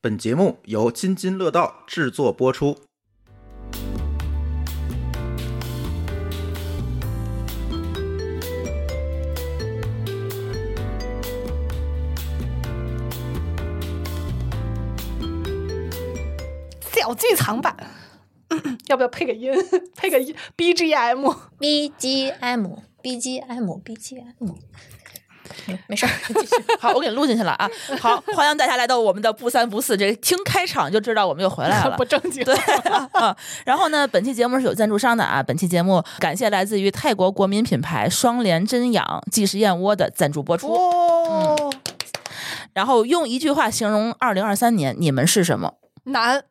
本节目由津津乐道制作播出。小剧场版， 要不要配个音？ 配个音 BGM？ BGM BGM BGM，没事儿，继续。 好，我给录进去了啊！好，欢迎大家来到我们的不三不四，这听开场就知道我们又回来 了 不。正经。对、啊，然后呢，本期节目是有赞助商的啊。本期节目感谢来自于泰国国民品牌双联真养即食燕窝的赞助播出。哦，然后用一句话形容二零二三年，你们是什么？难。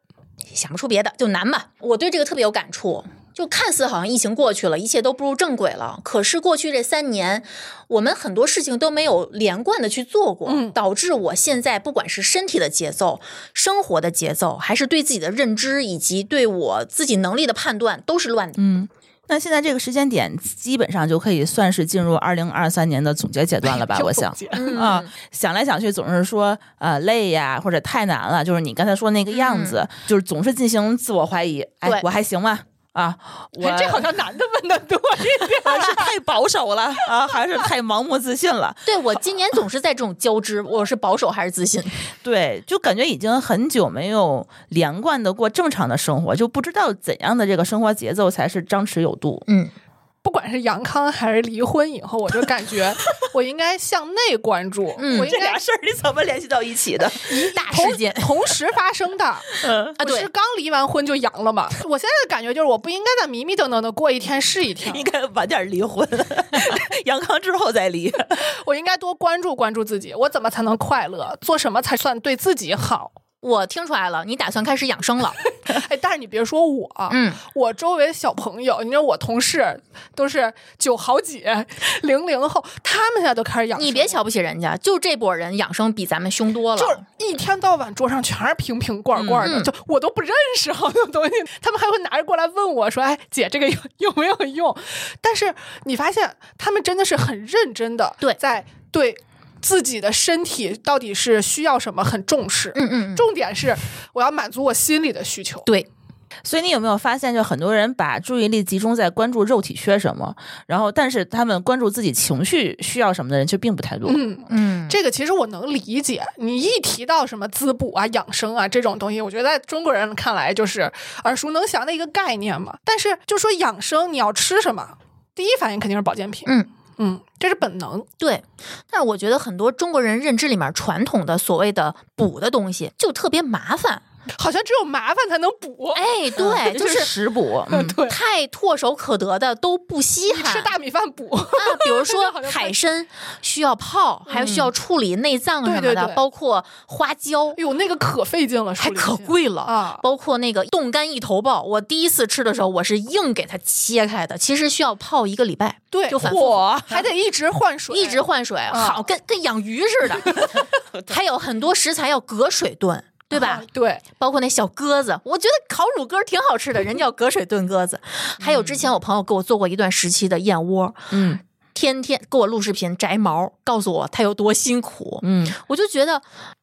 想不出别的，就难吧。我对这个特别有感触，就看似好像疫情过去了，一切都步入正轨了，可是过去这三年，我们很多事情都没有连贯的去做过，嗯导致我现在不管是身体的节奏、生活的节奏，还是对自己的认知以及对我自己能力的判断，都是乱的。嗯。那现在这个时间点，基本上就可以算是进入二零二三年的总结阶段了吧？听我总想，结啊，嗯想来想去总是说呃累呀，或者太难了，就是你刚才说那个样子，嗯就是总是进行自我怀疑，哎对，我还行吗？啊，我哎 这好像男的问的多一 点。还是太保守了啊，还是太盲目自信了。对我今年总是在这种交织，我是保守还是自信？对，就感觉已经很久没有连贯的过正常的生活，就不知道怎样的这个生活节奏才是张弛有度。嗯，不管是杨康还是离婚以后，我就感觉我应该向内关注，嗯我应该事儿你怎么联系到一 起的？大同事件 同时发生的。 嗯，啊，我对是，刚离完婚就阳了嘛？我现在的感觉就是，我不应该再迷迷瞪瞪的过一天是一天，应该晚点离婚， 阳康之后再离。我应该多关注关注自己，我怎么才能快乐？做什么才算对自己好？我听出来了，你打算开始养生了。哎，但是你别说我，啊嗯，我周围小朋友，你知道我同事都是九好几、 零零后，他们现在都开始养生。你别瞧不起人家，就这波人养生比咱们凶多了。就是一天到晚桌上全是瓶瓶罐罐的，嗯就我都不认识好多东西，他们还会拿着过来问我说：“哎，姐，这个有有没有用？”但是你发现他们真的是很认真的，对在对自己的身体到底是需要什么很重视。嗯嗯嗯，重点是我要满足我心里的需求。对，所以你有没有发现，就很多人把注意力集中在关注肉体缺什么，然后但是他们关注自己情绪需要什么的人却并不太多。嗯，嗯，这个其实我能理解。你一提到什么滋补啊、养生啊这种东西，我觉得在中国人看来就是耳熟能详的一个概念嘛。但是就说养生，你要吃什么，第一反应肯定是保健品。嗯嗯，这是本能。对，但是我觉得很多中国人认知里面传统的所谓的补的东西就特别麻烦。好像只有麻烦才能补。哎，对，这就就是是。食补。嗯哦 对，太唾手可得的都不稀你罕吃大米饭补。啊，比如说好像太海参需要泡，还有需要处理内脏什么的，对对对包括花椒哎，呦，那个可费劲了，还处理可一下贵了啊包括那个冻干一头鲍，我第一次吃的时候我是硬给它切开的，其实需要泡一个礼拜，对，就反复嗯嚯还得一直换水，一直换水，好跟跟养鱼似的。还有很多食材要隔水炖，对吧？啊对，包括那小鸽子，我觉得烤乳鸽挺好吃的，人家叫隔水炖鸽子。还有之前我朋友给我做过一段时期的燕窝，嗯天天给我录视频摘毛，告诉我它有多辛苦，嗯，我就觉得。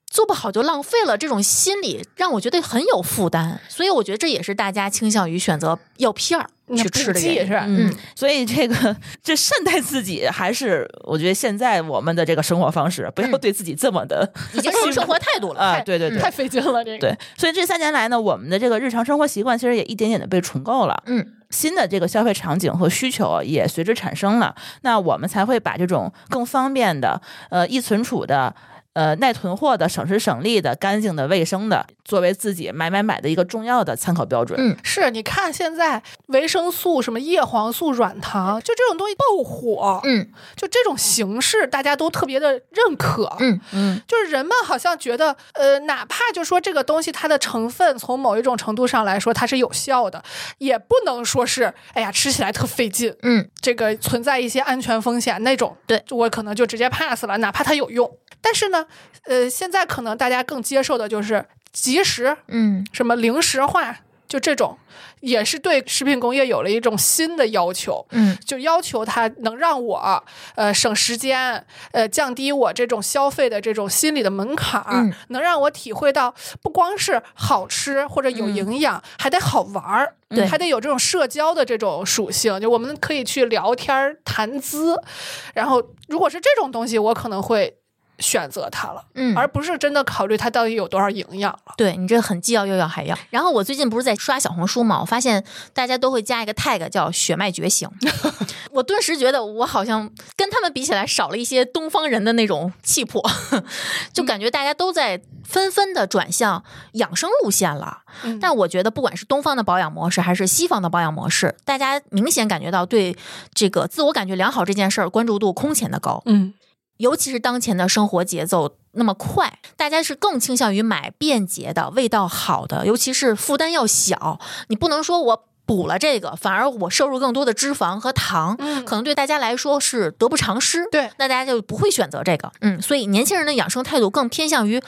做不好就浪费了，这种心理让我觉得很有负担，所以我觉得这也是大家倾向于选择药 片儿那去吃补的剂原因。是嗯，所以这个这善待自己，还是我觉得现在我们的这个生活方式，不要对自己这么的、嗯已经是生活态嗯度了。 啊，太对对对、太费劲了这个。对。所以这三年来呢，我们的这个日常生活习惯其实也一点点的被重构了。嗯，新的这个消费场景和需求也随之产生了，那我们才会把这种更方便的、呃易存储的、呃耐囤货的、省时省力的、干净的、卫生的，作为自己买买买的一个重要的参考标准。嗯是，你看现在维生素、什么叶黄素、软糖，就这种东西爆火，嗯就这种形式，大家都特别的认可。嗯嗯就是人们好像觉得，呃，哪怕就说这个东西它的成分从某一种程度上来说它是有效的，也不能说是，哎呀，吃起来特费劲，嗯，这个存在一些安全风险那种，对我可能就直接 pass 了，哪怕它有用。但是呢，呃，现在可能大家更接受的就是即食，嗯什么零食化。就这种，也是对食品工业有了一种新的要求，嗯就要求它能让我呃省时间，呃降低我这种消费的这种心理的门槛儿，嗯能让我体会到不光是好吃或者有营养，还得好玩儿，嗯对还得有这种社交的这种属性，就我们可以去聊天儿谈资，然后如果是这种东西，我可能会选择它了，嗯，而不是真的考虑它到底有多少营养了。对你这很既要又要还要。然后我最近不是在刷小红书嘛，我发现大家都会加一个 tag 叫“血脉觉 醒”，我顿时觉得我好像跟他们比起来少了一些东方人的那种气魄， 就感觉大家都在纷纷的转向养生路线了。嗯但我觉得，不管是东方的保养模式还是西方的保养模式，大家明显感觉到对这个自我感觉良好这件事儿关注度空前的高。嗯尤其是当前的生活节奏那么快，大家是更倾向于买便捷的、味道好的，尤其是负担要小。你不能说我补了这个，反而我摄入更多的脂肪和糖，嗯可能对大家来说是得不偿失。对那大家就不会选择这个。嗯，所以年轻人的养生态度更偏向于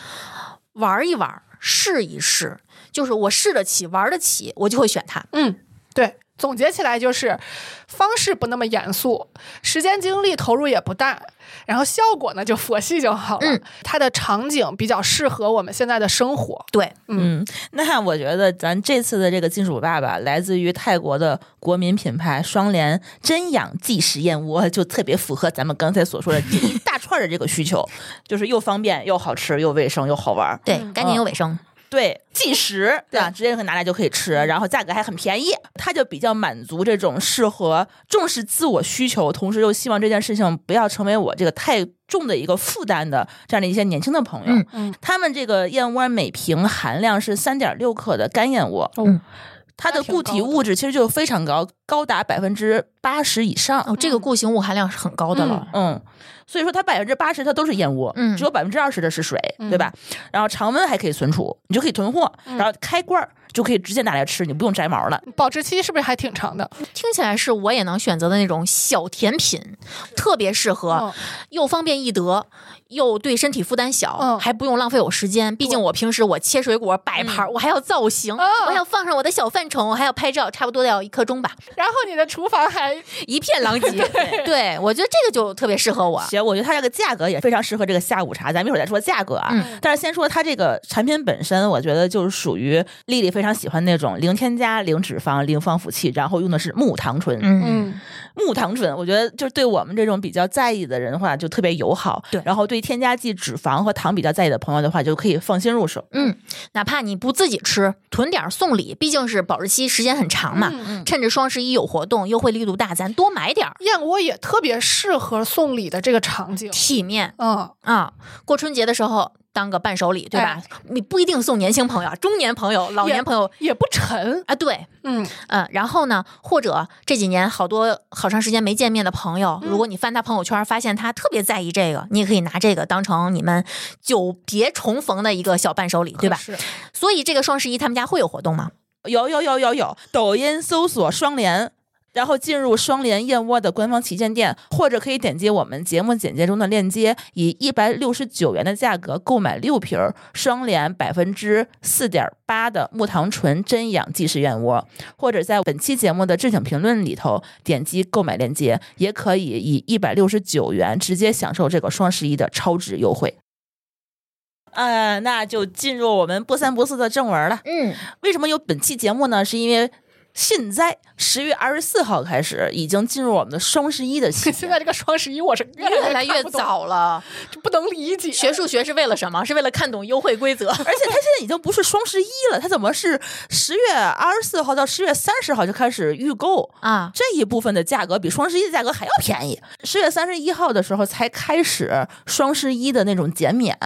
玩一玩、试一试，就是我试得起、玩得起，我就会选它。嗯，对。总结起来就是，方式不那么严肃，时间精力投入也不大，然后效果呢就佛系就好了。嗯它的场景比较适合我们现在的生活。对，嗯，那我觉得咱这次的这个金属爸爸来自于泰国的国民品牌双联真氧剂实验窝，就特别符合咱们刚才所说的这一大串的这个需求， 就是又方便又好吃又卫生又好玩儿。对，嗯干净又卫生。对，即食对吧？对直接可以拿来就可以吃，然后价格还很便宜，它就比较满足这种适合重视自我需求，同时又希望这件事情不要成为我这个太重的一个负担的这样的一些年轻的朋友。嗯嗯他们这个燕窝每瓶含量是三点六克的干燕窝，嗯它的那挺固体高的物质其实就非常高，高达百分之八十以上。哦，嗯这个固形物含量是很高的了。嗯，所以说它百分之八十它都是燕窝，嗯只有百分之二十的是水，嗯对吧？然后常温还可以存储，你就可以囤货，嗯然后开罐儿就可以直接拿来吃，你不用摘毛了。保质期是不是还挺长的？听起来是我也能选择的那种小甜品，特别适嗯合，又方便易得，又对身体负担小，嗯还不用浪费我时间。毕竟我平时我切水果摆盘儿，我还要造型，哦我还要放上我的小范畴，我还要拍照，差不多得要一刻 钟吧，然后你的厨房还一片狼藉。对，我觉得这个就特别适合我。行，我觉得它这个价格也非常适合这个下午茶，咱们一会儿再说价格啊。嗯但是先说它这个产品本身，我觉得就是属于丽丽非常喜欢那种零添加、零脂肪、零防腐剂，然后用的是木糖醇。嗯，木糖醇，我觉得就是对我们这种比较在意的人的话，就特别友好。对然后对添加剂、脂肪和糖比较在意的朋友的话，就可以放心入手。哪怕你不自己吃，囤点儿送礼，毕竟是保质期时间很长嘛。嗯趁着双十一有活动，优惠力度大，咱多买点儿，燕窝也特别适合送礼的这个场景。体面。嗯，啊，过春节的时候当个伴手礼，对吧？你不一定送年轻朋友、中年朋友、老年朋友也不沉。啊，对，嗯，嗯，然后呢，或者这几年好多好长时间没见面的朋友，如果你翻他朋友圈，发现他特别在意这个，你也可以拿这个当成你们久别重逢的一个小伴手礼，对吧合？适？所以这个双十一他们家会有活动吗？有有有有有，抖音搜索双联。然后进入双联燕窝的官方旗舰店，或者可以点击我们节目简介中的链接，以一百六十九元的价格购买六瓶儿双联百分之四点八的木糖醇真氧即食燕窝，或者在本期节目的置顶评论里头点击购买链接，也可以以一百六十九元直接享受这个双十一的超值优惠。呃，那就进入我们不三不四的正文了。嗯，为什么有本期节目呢？是因为现在十月二十四号开始，已经进入我们的双十一的期现 间在。这个双十一我是越越来来越看不懂，早了。就不能理解。学数学是为了什么？是为了看懂优惠规则。而且它现在已经不是双十一了，它怎么是十月二十四号到十月三十号就开始预购？ 啊，这一部分的价格比双十一的价格还要便宜。十月三十一号的时候才开始双十一的那种减免，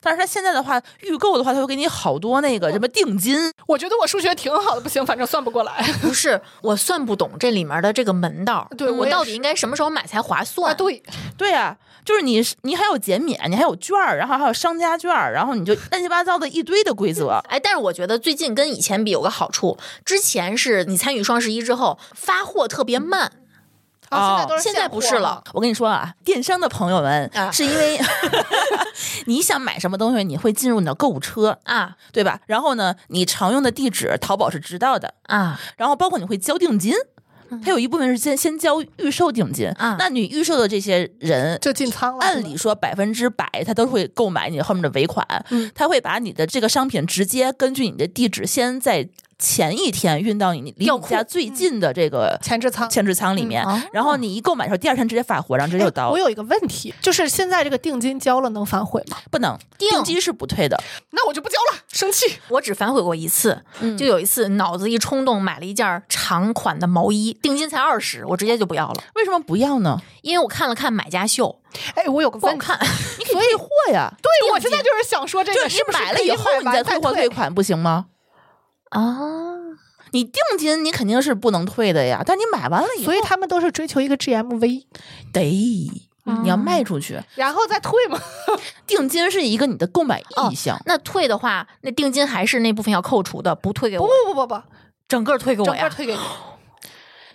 但是它现在的话，预购的话，它会给你好多那个什么定金，我觉得我数学挺好的，不行，反正算不过来。不是，我算不懂这里面的这个门道儿。对我我也到是底应该什么时候买才划 算？。啊，对，对啊，就是你是你还有减免，你还有券儿，然后还有商家券儿，然后你就乱七八糟的一堆的规则哎，但是我觉得最近跟以前比有个好处，之前是你参与双十一之后发货特别慢，啊，现在哦都是现在现不货是嘛了，我跟你说啊，电商的朋友们啊，是因为 你想买什么东西，你会进入你的购物车，啊对吧？然后呢，你常用的地址，淘宝是知道的，啊然后包括你会交定金。它有一部分是先先交预售定金，嗯啊那你预售的这些人，就进仓了。按理说百分之百他都会购买你后面的尾款，嗯他会把你的这个商品直接根据你的地址先在前一天运到你离调你库家最近的这个前置仓。签置仓里面，嗯哦然后你一购买的时候，第二天直接返货，然后直接就哎到我，有一个问题，就是现在这个定金交了能反悔吗？不能定定金是不退的。那我就不交了，生气。我只反悔过一次，嗯就有一次脑子一冲动买了一件长款的毛衣，定金才二十，我直接就不要了，为什么不要呢？因为我看了看买家秀，哎，我有个不好问题，看。 你可以退货呀，对我现在就是想说这对个，你是不是买了可以后买你完再再退货退退？款不行吗？哦啊，你定金你肯定是不能退的呀，但你买完了以后所以他们都是追求一个 GMV，得你要卖出去，然后再退嘛。定金是一个你的购买意向。那退的话，那定金还是那部分要扣除的，不退给不我，不不不不，整个退给我整呀个。退给你，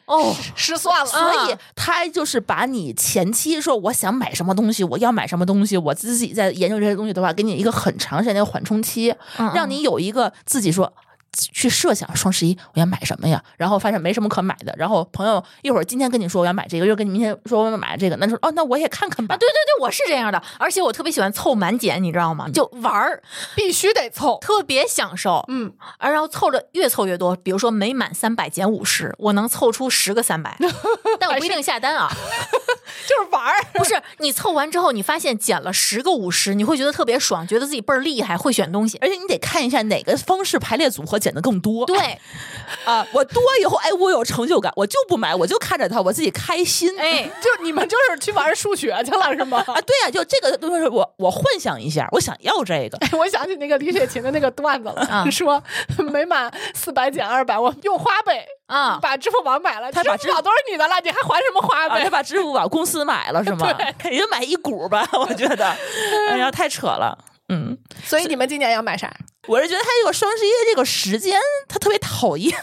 哦，失算了。啊所以他就是把你前期说我想买什么东西，我要买什么东西，我自己在研究这些东西的话，给你一个很长时间的缓冲期，嗯嗯让你有一个自己说。去设想双十一我要买什么呀，然后发现没什么可买的，然后朋友一会儿今天跟你说我要买这个，又跟你明天说我要买这个，那说哦，那我也看看吧啊，。对对对，我是这样的，而且我特别喜欢凑满减，你知道吗？就玩儿，必须得凑。特别享受，嗯，而然后凑着越凑越多，比如说每满三百减五十，我能凑出十个 三百，但我不一定下单啊。就是玩儿。不是，你凑完之后，你发现减了十个五十，你会觉得特别爽，觉得自己倍儿厉害，会选东西。而且你得看一下哪个方式排列组合减的更多。 对，啊，我多以后哎，我有成就感，我就不买，我就看着它，我自己开心。哎，就你们就是去玩数学去了是吗？啊，对呀、就这个东西，我我幻想一下，我想要这个，我想起那个李雪琴的那个段子了，嗯说每满四百减二百，我用花呗啊把支付宝买了，他把支付宝都是你的了，你还还什么花啊，呗他？把支付宝公司买了是吗？ 也就买一股吧，我觉得，哎呀，太扯了。嗯，所以你们今年要买啥？我是觉得他这个双十一的这个时间，他特别讨厌。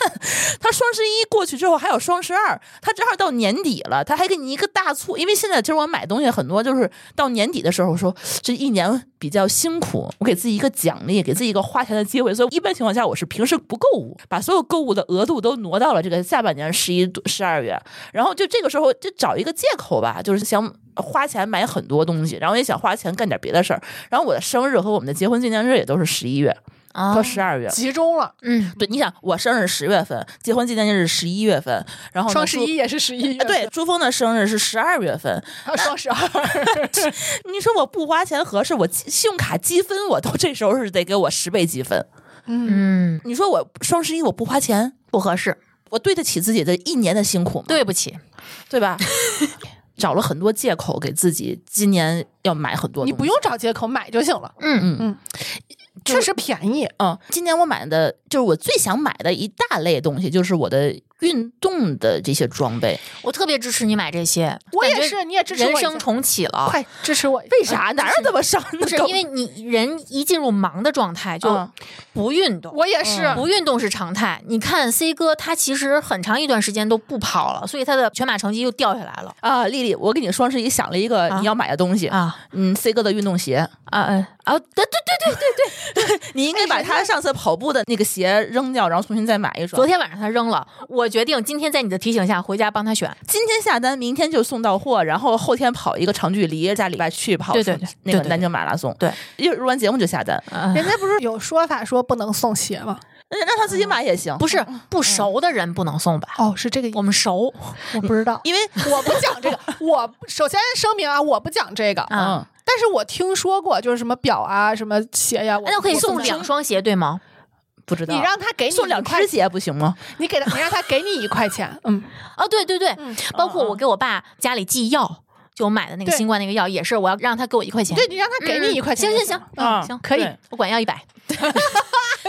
他双十一过去之后，还有双十二，他正好到年底了，他还给你一个大促。因为现在其实我买东西很多，就是到年底的时候，我说这一年比较辛苦，我给自己一个奖励，给自己一个花钱的机会。所以一般情况下，我是平时不购物，把所有购物的额度都挪到了这个下半年十一、十二月，然后就这个时候就找一个借口吧，就是想。花钱买很多东西，然后也想花钱干点别的事儿。然后我的生日和我们的结婚纪念日也都是十一月，啊和，十二月。集中了，嗯，哦对，你想我生日十月份，结婚纪念日是十一月份，然后呢双十。朱一也是十一月，啊对，，朱峰的生日是十二月份。还有双十二，你说我不花钱合适？我积信用卡积分，我都 这时候是得给我十倍积分。嗯，嗯，你说我双十一我不花钱，不合适，我对得起自己的一年的辛苦吗？对不起，对吧？找了很多借口给自己今年要买很多东你西。不用找借口买就行了，嗯确实便宜。嗯，今年我买的就是我最想买的一大类东西，就是我的运动的这些装备。我特别支持你买这些，我也感觉是你也支持我人一生下重启了。快支持我！为啥？哪有这么伤？不是因为你人一进入忙的状态就嗯不运动，我也是，不运动是常态。你看 C 哥，他其实很长一段时间都不跑了，所以他的全马成绩又掉下来了啊，丽丽，我给你双十一想了一个啊你要买的东西，啊嗯，C 哥的运动鞋，啊啊啊！对对对对对，你哎应该把他上次跑步的那个鞋扔掉，然后重新再买一昨双。天晚上他扔了，我决定今天在你的提醒下回家帮他选。今天下单，明天就送到货，然后后天跑一个长距离，下礼拜去跑对对对那个对对南京马拉松。对，一会儿录完节目就下单，啊人家不是有说法说不能送鞋吗？那让他自己买也行。啊不是不熟的人不能送吧？哦，是这个意思我，们熟，我不知道，因为嗯我不讲这个。我首先声明啊，我不讲这个，啊嗯，但是我听说过，就是什么表啊，什么鞋呀、我哎那我可以我送不两知双鞋对吗？不知道道。哎你让他给你送两一块只，鞋不行吗？你给他，你让他给你一块钱，嗯，哦，对对对，嗯包括我给我爸家里寄药，就我买的那个对新冠那个药，也是我要让他给我一块钱。对你让他给你一块钱嗯就行行，行行，嗯行，可以对我管要一百。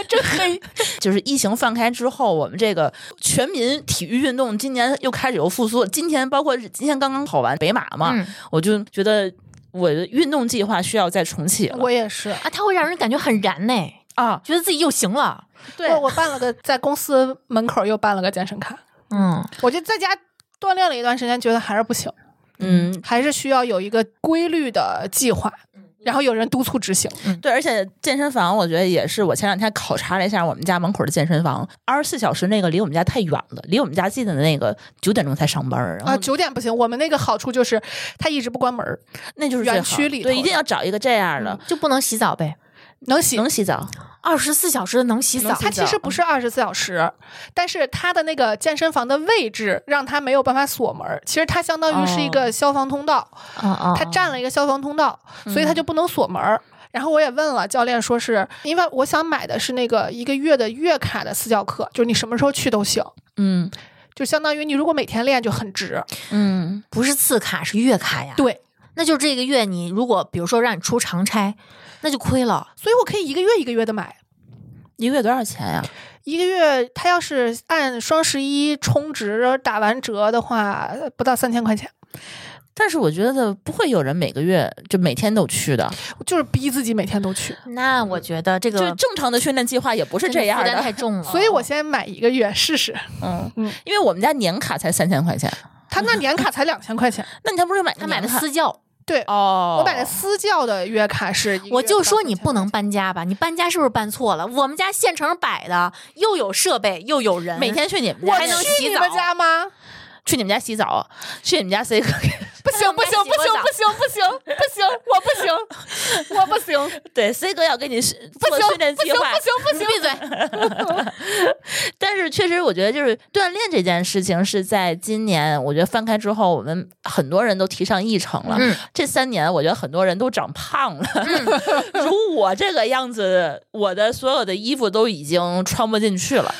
真黑，就是疫情放开之后，我们这个全民体育运动今年又开始有复苏了。今天包括今天刚刚跑完北马嘛，嗯我就觉得我的运动计划需要再重启了我也是。啊，它会让人感觉很燃呢，啊！觉得自己又行了。对我我办了个在公司门口又办了个健身卡，嗯，我就在家锻炼了一段时间，觉得还是不行，嗯，还是需要有一个规律的计划，嗯然后有人督促执行。对，而且健身房我觉得也是，我前两天考察了一下我们家门口的健身房，二十四小时那个离我们家太远了，离我们家近的那个九点钟才上班儿，然嗯啊，后九点不行，我们那个好处就是它一直不关门儿，那就是园最好区里对，头嗯一定要找一个这样的，就不能洗澡呗？能洗。能洗澡，二十四小时的能洗澡？它其实不是二十四小时，但是它的那个健身房的位置让它没有办法锁门儿。其实它相当于是一个消防通道，嗯，嗯嗯，它占了一个消防通道，所以它就不能锁门儿。然后我也问了教练，说是因为我想买的是那个一个月的月卡的私教课，就是你什么时候去都行，嗯就相当于你如果每天练就很值。嗯，不是次卡是月卡呀？，对，那就这个月你如果比如说让你出长差，那就亏了。所以我可以一个月一个月的买，一个月多少钱呀、一个月他要是按双十一充值打完折的话，不到三千块钱，但是我觉得不会有人每个月就每天都去的，就是逼自己每天都去。那我觉得这就个正常的训练计划也不是这这样负担太的。重了，所以我先买一个月试试，嗯嗯，因为我们家年卡才三千块钱，他那年卡才两千块 钱，那你还不如买嗯他买的年卡私教。对。哦，我买的私教的月卡是，我就说你不能搬家吧，你搬家是不是搬错了？我们家现成摆的，又有设备又有人，每天去你们我家还能洗去你们澡家吗？去你们家洗澡，去你们家 C 哥，不 行不行不行不行不行不行，我不行，我不行，对 C 哥要给你是不做行训练不计行划不，行不行， 闭嘴。但是确实我觉得就是锻炼这件事情是在今年，我觉得翻开之后，我们很多人都提上议程了。嗯这三年我觉得很多人都长胖了， 如我这个样子，我的所有的衣服都已经穿不进去了。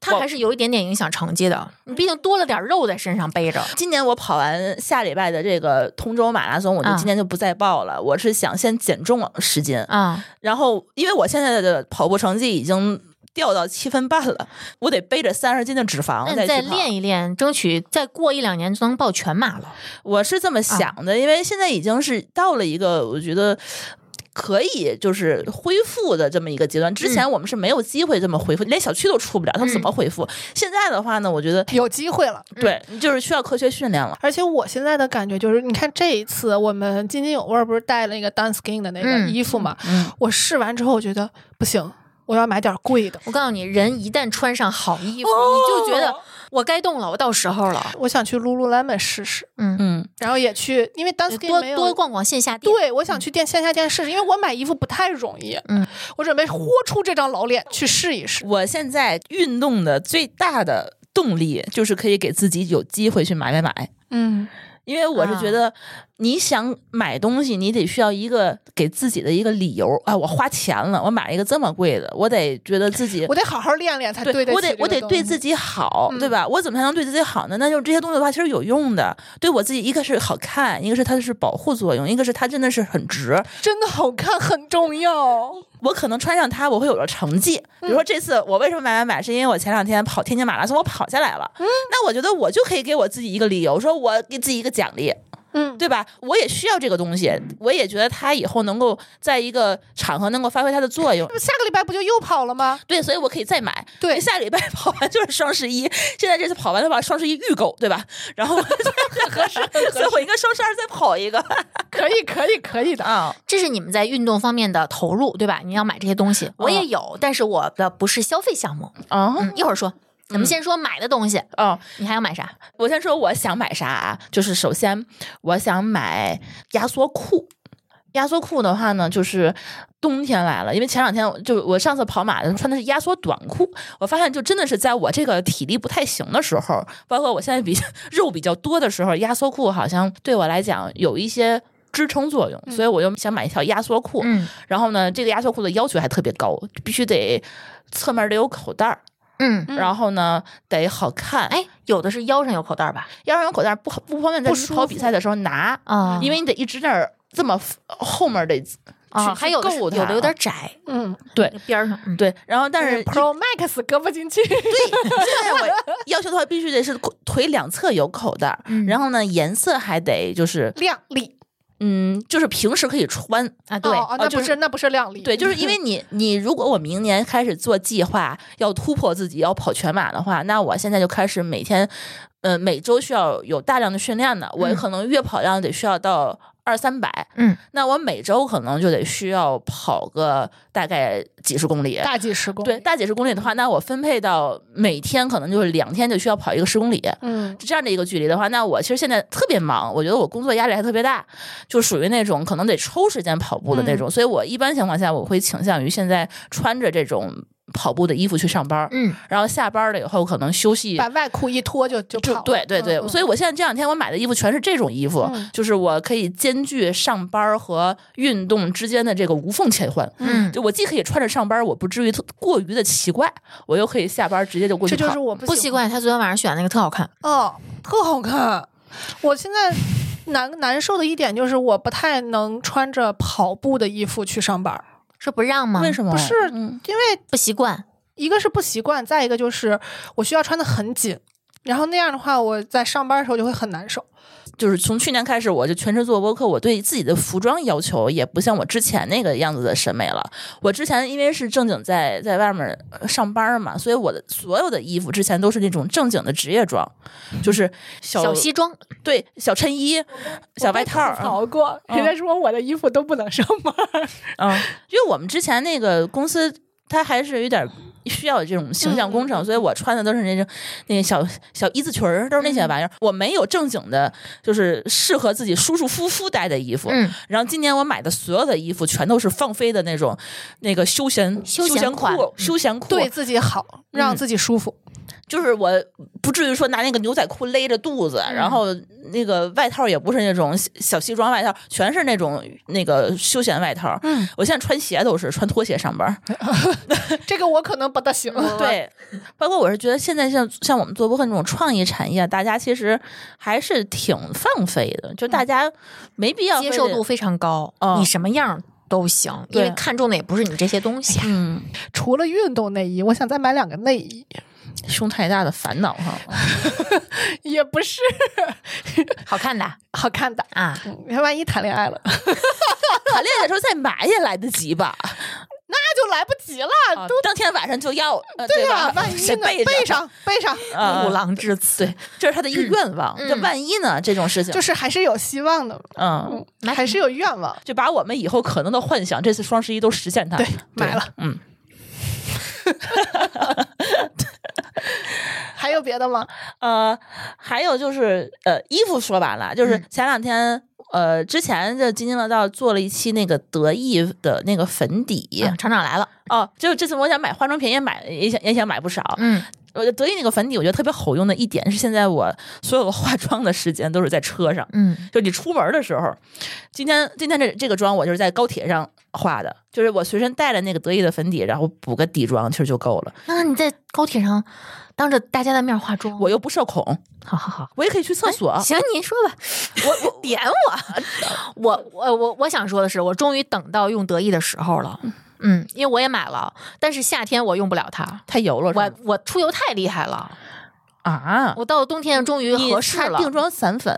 它还是有一点点影响成绩的。你毕竟多了点肉在身上背着，今年我跑完下礼拜的这个通州马拉松，我就啊今年就不再报了。我是想先减重十斤，啊、然后因为我现在的跑步成绩已经掉到七分半了，我得背着三十斤的脂肪那再你再去跑练一练，争取再过一两年就能报全马了。我是啊这么想的，因为现在已经是到了一个我觉得。可以，就是恢复的这么一个阶段。嗯之前我们是没有机会这么恢复，连小区都出不了，他们怎么恢复？现在的话呢，我觉得 有机会了。嗯对，就是需要科学训练了。而且我现在的感觉就是，你看这一次我们津津有味儿不是带了那个 Dan Skin 的那个嗯衣服嘛？嗯，我试完之后，我觉得不行，我要买点贵的。我告诉你，人一旦穿上好衣服，你就觉得我该动了，我到时候了。我想去 Lululemon 试试，嗯，嗯，然后也去，因为 Dan Skin 多没有多逛逛线下店。对，我嗯想去店线下店试试，因为我买衣服不太容易。嗯，我准备豁出这张老脸去试一试。我现在运动的最大的动力就是可以给自己有机会去买买买。嗯，因为我是啊觉得，你想买东西，你得需要一个给自己的一个理由啊！我花钱了，我买一个这么贵的，我得觉得自己我得好好练练才对得起我得这我个得东对西自己好，嗯对吧？我怎么才能对自己好呢？那就是这些东西的话，其实有用的。对我自己，一个是好看，一个是它是保护作用，一个是它真的是很值。真的好看很重要。我可能穿上它，我会有了成绩。比嗯如说这次我为什么买买买，是因为我前两天跑天津马拉松，我跑下来了。嗯那我觉得我就可以给我自己一个理由，说我给自己一个奖励。嗯，对吧？我也需要这个东西，我也觉得它以后能够在一个场合能够发挥它的作用。下个礼拜不就又跑了吗？对，所以我可以再买。 对下礼拜跑完就是双十一，现在这次跑完的话，双十一预购，对吧？然 后很合适，所以我应该双十二再跑一个可以，可以，可以的。 啊。这是你们在运动方面的投入，对吧？你要买这些东西，我也有，但是我的不是消费项目。啊嗯，一会儿说，咱们先说买的东西，哦！你还要买啥？我先说我想买啥啊，就是首先我想买压缩裤。压缩裤的话呢，就是冬天来了，因为前两天我就我上次跑马的时候穿的是压缩短裤，我发现就真的是在我这个体力不太行的时候，包括我现在比肉比较 多的时候，压缩裤好像对我来讲有一些支撑作用，所以我就想买一条压缩裤。嗯然后呢，这个压缩裤的要求还特别高，必须得侧面得有口袋儿，嗯，嗯然后呢得好看。哎，有的是腰上有口袋儿吧？要让人口袋不好不方便在不你舒跑服比赛的时候拿，啊因为你得一直在那儿这么后面得啊，去还有的去是够有它的有点窄，嗯边儿上。嗯，对，然后但是 Pro Max 搁不进去。 现在我要求的话，必须得是腿两侧有口袋，嗯然后呢颜色还得就是靓丽，嗯，就是平时可以穿。啊，对哦，哦，那就不是那不是靓丽，对，就是因为你，你如果我明年开始做计划，要突破自己，要跑全马的话，那我现在就开始每天，呃，每周需要有大量的训练的。我嗯可能月跑量得需要到二三百，嗯，那我每周可能就得需要跑个大概几十公里。大几十公里对，，大几十公里的话，那我分配到每天可能就是两天就需要跑一个十公里。嗯，这样的一个距离的话，那我其实现在特别忙，我觉得我工作压力还特别大，就属于那种可能得抽时间跑步嗯的那种，所以我一般情况下我会倾向于现在穿着这种跑步的衣服去上班儿，嗯，然后下班了以后可能休息把外裤一脱就就跑就了，对对对，嗯嗯所以我现在这两天我买的衣服全是这种衣服，嗯就是我可以兼具上班儿和运动之间的这个无缝切换。嗯，就我既可以穿着上班儿，我不至于特过于的奇怪，我又可以下班儿直接就过去这就跑。是我不不喜奇怪，他昨天晚上选那个特好看，哦，特好看。我现在难难受的一点就是，我不太能穿着跑步的衣服去上班儿，说不让吗？为什么？不是嗯因为不习惯？一个是不习惯，再一个就是我需要穿的很紧，然后那样的话，我在上班的时候就会很难受。就是从去年开始，我就全职做播客，我对自己的服装要求也不像我之前那个样子的审美了。我之前因为是正经在在外面呃上班嘛，所以我的所有的衣服之前都是那种正经的职业装，就是小小西装，对小衬衣、小外套我被吐儿，槽过，嗯人家说我的衣服都不能上班儿。嗯，因为我们之前那个公司。它还是有点需要这种形象工嗯程，所以我穿的都是那种那个小小一字裙儿，都是那嗯些玩意儿。我没有正经的，就是适合自己舒舒服服待的衣服。嗯，然后今年我买的所有的衣服全都是放飞的那种，那个休闲嗯休闲闲款裤、休闲裤，对自己好，让自己舒服。就是我不至于说拿那个牛仔裤勒着肚子，然后那个外套也不是那种小小西装外套，全是那种那个休闲外套。嗯，我现在穿鞋都是穿拖鞋上班儿，嗯这个我可能不大行。对，包括我是觉得现在像像我们做播客这种创意产业，大家其实还是挺放飞的，就大家没必要接非受得度非常高，嗯你什么样都行，因对为看中的也不是你这些东西。嗯，除了运动内衣，我想再买两个内衣，胸太大的烦恼 哈。也不是好看的 好看的。啊，嗯，万一谈恋爱了，谈恋爱的时候再买也来得及吧？那就来不及了。都当天晚上就要，呃对呀、吧？万一谁呢？背背上背上，啊虎狼呃至此，对，这是他的一个愿望。嗯这万一呢？这种事情，就是还是有希望的，嗯，买还是有愿望。就把我们以后可能的幻想，这次双十一都实现它。对，买了。嗯， 还有别的吗？呃，还有就是呃，衣服说完了，嗯就是前两天。呃，之前这津津乐道做了一期那个德意的那个粉底、嗯厂长来了，哦，就这次我想买化妆品也买也想也想买不少，嗯，我觉得德意那个粉底我觉得特别好用的一点是，现在我所有的化妆的时间都是在车上，嗯，就你出门的时候，今天今天这这个妆我就是在高铁上化的，就是我随身带了那个得意的粉底，然后补个底妆其实就够了。那你在高铁上当着大家的面化妆，我又不社恐，好好好，我也可以去厕所。行，您说吧，我我点我，我我我我想说的是，我终于等到用得意的时候了，嗯，因为我也买了，但是夏天我用不了它，太油了，是我吗我出油太厉害了，啊！我到了冬天终于你合适擦了，嗯定妆散粉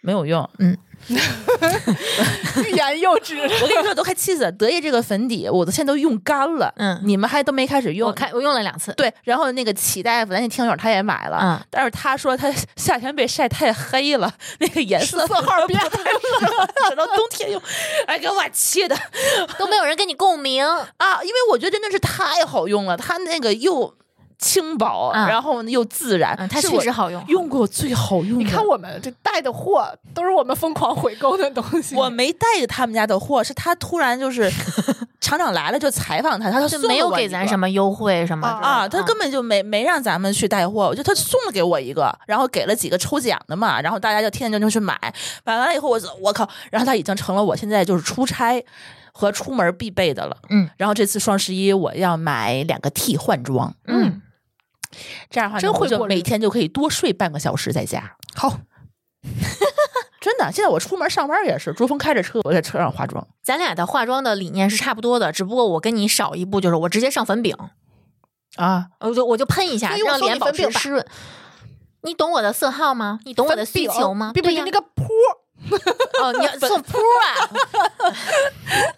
没有用。欲言又止。 我跟你说，都快气死了！得意这个粉底，我都现在都用干了。嗯你们还都没开始用。我看我用了两 次，对，然后那个齐大夫，咱那听友他也买了，嗯但是他说他夏天被晒太黑了，那个颜色色号变了，只能冬天用，哎，给我气的都没有人跟你共鸣，啊！因为我觉得真的是太好用了，它那个又轻薄，嗯然后又自然，嗯，它是确我实好用，用过最好用你的。看。我们这带的货都是我们疯狂回购的东西。我没带他们家的货，是他突然就是 厂长来了就采访他，他就送没有了我给一咱个什么嗯优惠什么啊之类的啊，他根本就没没让咱们去带货，我就他送了给我一个，然后给了几个抽奖的嘛，然后大家就天天就去买，买完了以后我就我靠，然后他已经成了我现在就是出差和出门必备的了，嗯，然后这次双十一我要买两个替换装，嗯这样的话真呢我会就过日子每天就可以多睡半个小时在家，好， 真的，现在我出门上班也是，朱峰开着车，我在车上化妆，咱俩的化妆的理念是差不多的，只不过我跟你少一步，就是我直接上粉饼，啊，我呃就我就喷一下，所以我让送脸你保粉持饼吧湿润。你懂我的色号吗？你懂我的粉需饼求吗？比对比呀那，个坡，哦，你要送扑啊！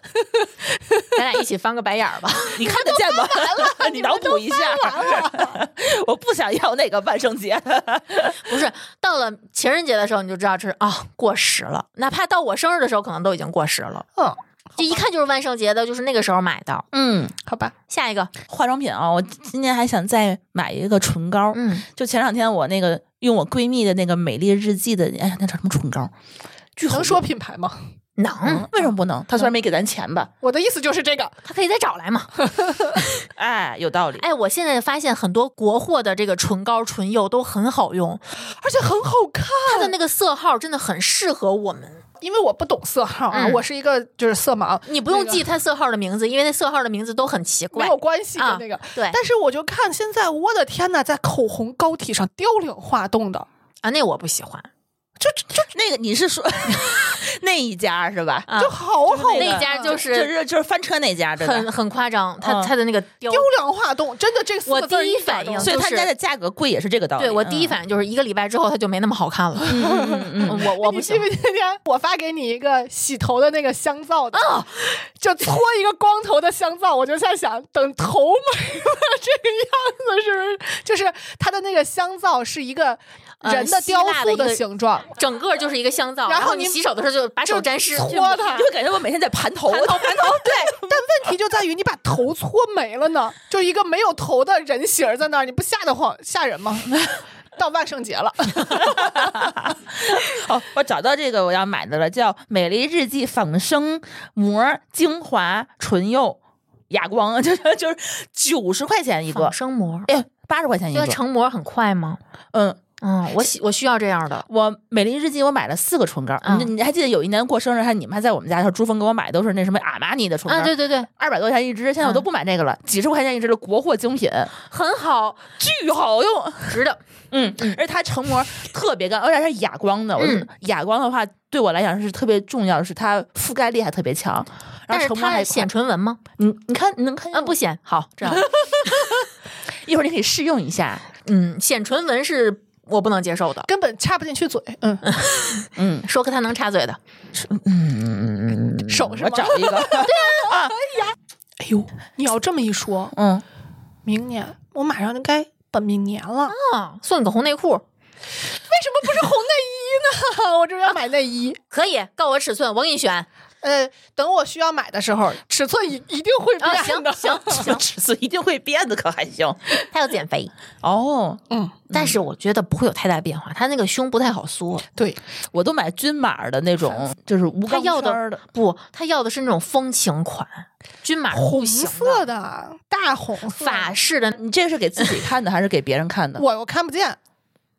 咱俩一起翻个白眼儿吧。你看得见吗？ 你脑补一下， 我不想要那个万圣节。 不是，到了情人节的时候你就知道这是啊、过时了，哪怕到我生日的时候可能都已经过时了。嗯，这一看就是万圣节的，就是那个时候买的。嗯，好吧，下一个，化妆品啊，我今年还想再买一个唇膏。嗯，就前两天我那个用我闺蜜的那个美丽日记的，哎呀，那叫什么唇膏？巨好能用说品牌吗？嗯能，为什么不能？她虽然没给咱钱吧，我的意思就是这个，他可以再找来嘛。哎，有道理。哎，我现在发现很多国货的这个唇膏、唇釉都很好用，而且很好看。它的那个色号真的很适合我们。因为我不懂色号啊，嗯我是一个就是色盲，你不用那个记它色号的名字，因为那色号的名字都很奇没怪有。关系的啊那个。对但是我就看现在，我的天呐，在口红膏体上凋零化冻的，啊，那我不喜欢，就就就那个你是说那一家是吧？啊就好好看啊、那那家就就是是就是翻车那家，对吧？很很夸张，它嗯它的那个雕丢梁化栋，真的这四个字我儿第一一点反都应不所以他就是家的价格贵也是这个道理。对我第一反应就是一个礼拜之后它就没那么好看了，嗯嗯我我不你行记不。记得那天我发给你一个洗头的那个香皂的， 就搓一个光头的香皂，我就在想，等头没了 这个样子是不是？就是它的那个香皂是一个呃人的希雕腊的塑一个形状，整个就是一个香皂，然然后你你洗手的时候就把手沾湿，搓就抹它嗯，就感觉我每天在盘头，盘头盘头，对，但问题就在于你把头搓没了呢，就一个没有头的人形儿在那儿，你不吓得慌吓人吗？到万圣节了，哦，我找到这个我要买的了，叫《美丽日记仿生膜精华唇釉哑光》，就是就是九十块钱一个仿，生膜，哎，八十块钱一因为个。成膜很快吗？嗯，嗯，我喜我需要这样的，我《美丽日记》我买了四个唇膏，嗯你你还记得有一年过生日，还你们还在我们家的时候，朱峰给我买都是那什么阿玛尼的唇膏。啊，对对对，二百多块钱一支，现在我都不买那个了，几十块钱一支的国货精品，很好，巨好用。值的。嗯，而且它成膜特别干，而且它是哑光的。我嗯哑光的话，对我来讲是特别重要的，是它覆盖力还特别强，然但后是成膜还它快哎显。唇纹吗？你你看，你能看见啊，不吗，显，好，这样，一会儿你可以试用一下。嗯，显唇纹是我不能接受的。根本插不进去嘴，嗯，嗯说个它能插嘴的，嗯，手是我吗？找一 个。哎呦，你要这么一说，嗯，明年我马上就该本命年了，为啊，送你个红内裤，什么不是红内衣呢？ 我这边要买内衣，可以告我尺寸，我给你选啊，呃，等我需要买的时候，尺寸一一定会变的。行行 行，尺寸一定会变的，可还行。他要减肥，哦，嗯，但是我觉得不会有太大变化，他那个胸不太好缩，对，我都买均码的那种，就是无他钢要圈的儿的。不，他要的是那种风情款，均码红不行色的的大红色法式的。你这个是给自己看的还是给别人看的？我我看不见，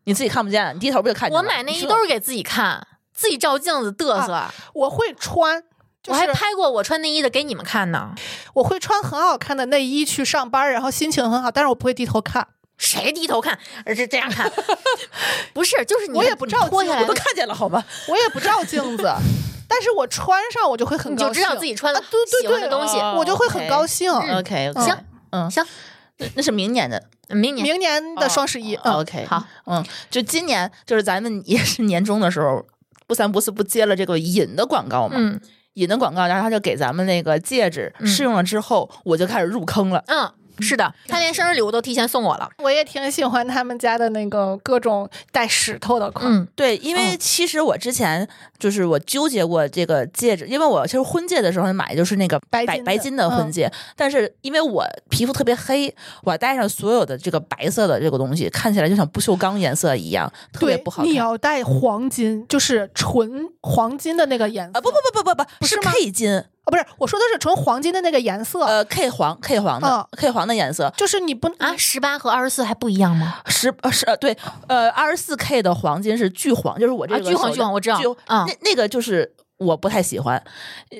你自己看不见，你低头不就看见了？我买内你衣说都是给自己看，自己照镜子嘚瑟。我会穿，就我还是拍过我穿内衣的给你们看呢，我会穿很好看的内衣去上班，然后心情很好，但是我不会低头看，谁低头看？而是这样看，不是，就是你我也不照你脱镜下来我的都看见了，好吗？我也不照镜子，但是我穿上我就会很你高就兴，知道自己穿了啊对对喜欢的对东西。哦我就会很高兴。嗯 OK，嗯行，嗯，行，那那是明年的。明年明年的双十一，嗯， OK，好，嗯，就今年就是咱们也是年终的时候，不三不四不接了这个尹的广告嘛，嗯尹的广告，然后他就给咱们那个戒指嗯试用了之后，我就开始入坑了。嗯，是的，他连生日礼物都提前送我了。嗯我也挺喜欢他们家的那个各种带石头的款，嗯对，因为其实我之前就是我纠结过这个戒指，因为我其实婚戒的时候买的就是那个白白金的嗯白金的婚戒，但是因为我皮肤特别黑，我戴上所有的这个白色的这个东西，看起来就像不锈钢颜色一样，特别对不好，看你。要带黄金，就是纯黄金的那个颜色啊不不不不不不，是是吗 K 金，啊，不是，我说的是纯黄金的那个颜色，呃 K 黄 K 黄的、嗯 K 黄的颜色，就是你不啊，十八和二十四还不一样吗？十呃十呃对，呃，二十四 K 的黄金是巨黄，就是我这啊个巨黄手巨黄我知道巨嗯那那个就是我不太喜欢，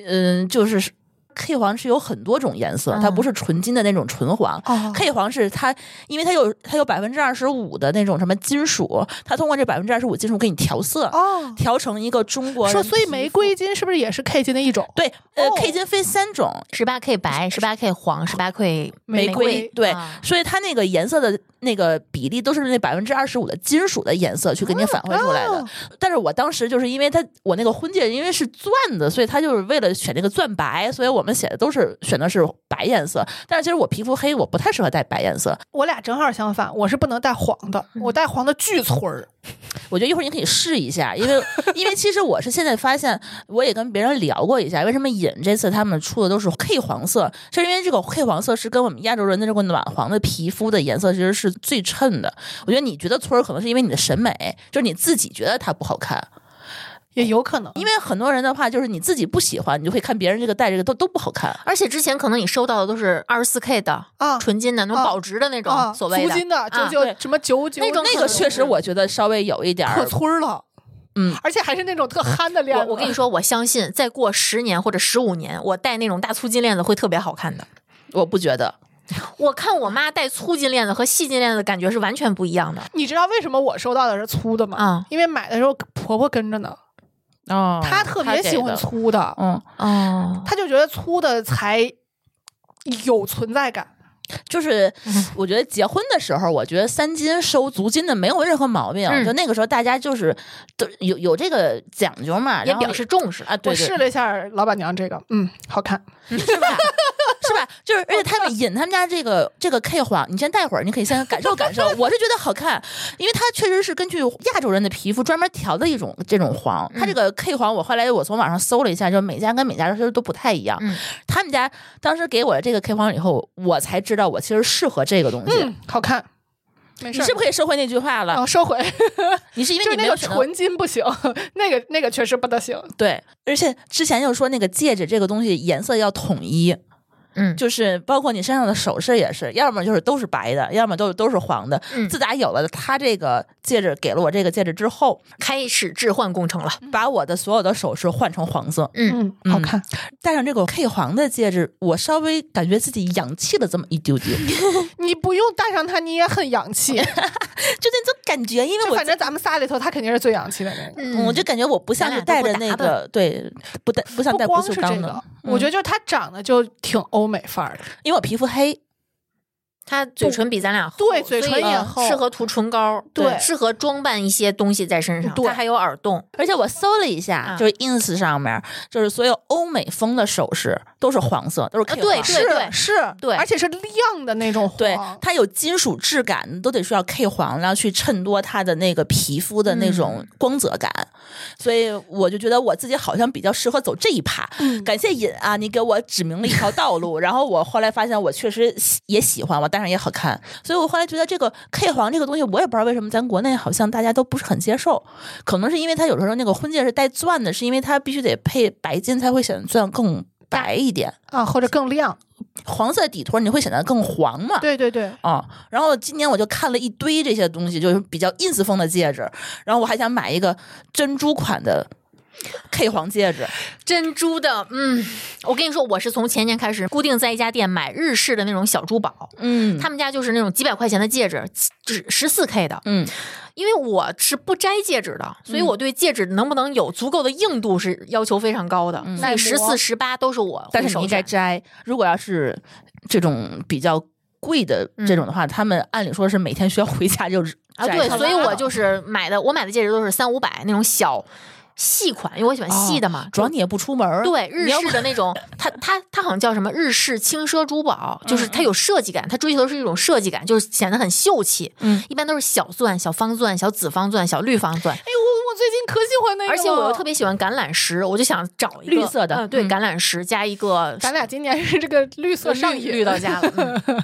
嗯，就是 K 黄是有很多种颜色，嗯它不是纯金的那种纯黄。哦 K 黄是它，因为它有它有百分之二十五的那种什么金属，它通过这百分之二十五金属给你调色，哦，调成一个中国人说所以皮玫肤瑰金是不是也是 K 金的一种？对，呃、哦 k 金分三种，十八 K 白，十八 K 黄，十八 K 玫瑰瑰，对，啊所以它那个颜色的那个比例都是那百分之二十五的金属的颜色去给你反馈出来的。哦但是我当时就是因为它我那个婚戒因为是钻的，所以它就是为了选那个钻白，所以我们写的都是选的是白颜色。但是其实我皮肤黑，我不太适合戴白颜色。我俩正好相反，我是不能带黄的，嗯我带黄的巨村儿。我觉得一会儿你可以试一下，因为因为其实我是现在发现，我也跟别人聊过一下，为什么尹这次他们出的都是 K 黄色，是因为这个 K 黄色是跟我们亚洲人的这个暖黄的皮肤的颜色其实是最衬的。我觉得你觉得村儿可能是因为你的审美，就是你自己觉得它不好看，也有可能，因为很多人的话就是你自己不喜欢，你就会看别人这个戴这个都都不好看。而且之前可能你收到的都是二十四 K 的啊纯金的那种啊保值的那啊，种所谓福金的的九啊九对什么九九那种那个确实，我觉得稍微有一点破儿，村儿了，嗯，而且还是那种特憨的链我子。我跟你说，我相信再过十年或者十五年，我戴那种大粗金链子会特别好看的。我不觉得。我看我妈戴粗金链子和细金链子感觉是完全不一样的。你知道为什么我收到的是粗的吗？啊因为买的时候婆婆跟着呢，哦她特别喜欢粗的，嗯，哦，她就觉得粗的才有存在感。就是嗯我觉得结婚的时候，我觉得三金收足金的没有任何毛病，嗯就那个时候大家就是都有有这个讲究嘛，也然后表示重视啊，对我对试了一下老板娘这个，嗯，好看。是吧？是 吧？就是而且他们引他们家这个这个 K 黄，你先待会儿，你可以先感受感受，我是觉得好看，因为它确实是根据亚洲人的皮肤专门调的一种这种黄，它嗯这个 K 黄我后来我从网上搜了一下，就每家跟每家其实都不太一样，嗯他们家当时给我的这个 K 黄以后，我才知道我其实适合这个东西。嗯，好看，没你事儿。是不是可以收回那句话了？啊、收回，你是因为就你是没那有个选择纯金不行，那个那个确实不大行。对，而且之前就说那个戒指这个东西颜色要统一，嗯，就是包括你身上的首饰也是，要么就是都是白的，要么都都是黄的。嗯自打有了它这个戒指，给了我这个戒指之后，开始置换工程了。把我的所有的首饰换成黄色，嗯，嗯，好看。戴上这个 K 黄的戒指，我稍微感觉自己洋气了这么一 丢丢，就那你不用带上它，你也很洋气。种感觉，因为就我反。正咱们仨里头，他肯定是最洋气的那个。嗯我就感觉我不像咱俩是戴着都不那打扮个，对，不戴不像不戴不光锈是这钢个的，，我觉得就是他长得就挺欧美范儿的。因为我皮肤黑，她嘴唇比咱俩厚，对嘴唇所以呃也厚适合涂唇膏，对适合装扮一些东西在身上。对她还有耳洞，而且我搜了一下，啊就是 ins 上面，就是所有欧美风的首饰都是黄色，都是 K 啊黄。对是对是，对而且是亮的那种黄。对它有金属质感，都得需要 K 黄，然后去衬托它的那个皮肤的那种光泽感。所以我就觉得我自己好像比较适合走这一趴。嗯感谢尹啊，你给我指明了一条道路。 然后我后来发现，我确实喜也喜欢，我戴上也好看。所以我后来觉得这个 K 黄这个东西，我也不知道为什么咱国内好像大家都不是很接受，可能是因为它有时候那个婚戒是带钻的，是因为它必须得配白金才会显得钻更白一点，啊，或者更亮。黄色底托你会显得更黄嘛。对对对，啊、然后今年我就看了一堆这些东西，就是比较 ins 风的戒指，然后我还想买一个珍珠款的 K 黄戒指，珍珠的。嗯，我跟你说，我是从前年开始固定在一家店买日式的那种小珠宝，嗯他们家就是那种几百块钱的戒指，只十四 K 的。嗯，因为我是不摘戒指的，所以我对戒指能不能有足够的硬度是要求非常高的。所耐以磨十四、十八都嗯是我但会是首你应该选。摘。如果要是这种比较贵的这种的话，他们按理说是每天需要回家就是嗯啊，摘对，它所以拉我倒就是买的，我买的戒指都是三五百那种小细款，因为我喜欢细的嘛。主要你也不出门儿，对你日要式的那种，它它它好像叫什么日式轻奢珠宝，就是它有设计感，它追求的是一种设计感，就是显得很秀气。嗯，一般都是小钻、小方钻、小紫方钻、小绿方钻，哎，我我最近可喜欢那个了，而且我又特别喜欢橄榄石，我就想找一个绿色的嗯对，嗯橄榄石加一个咱俩今年是这个绿色上绿瘾 绿到家了。嗯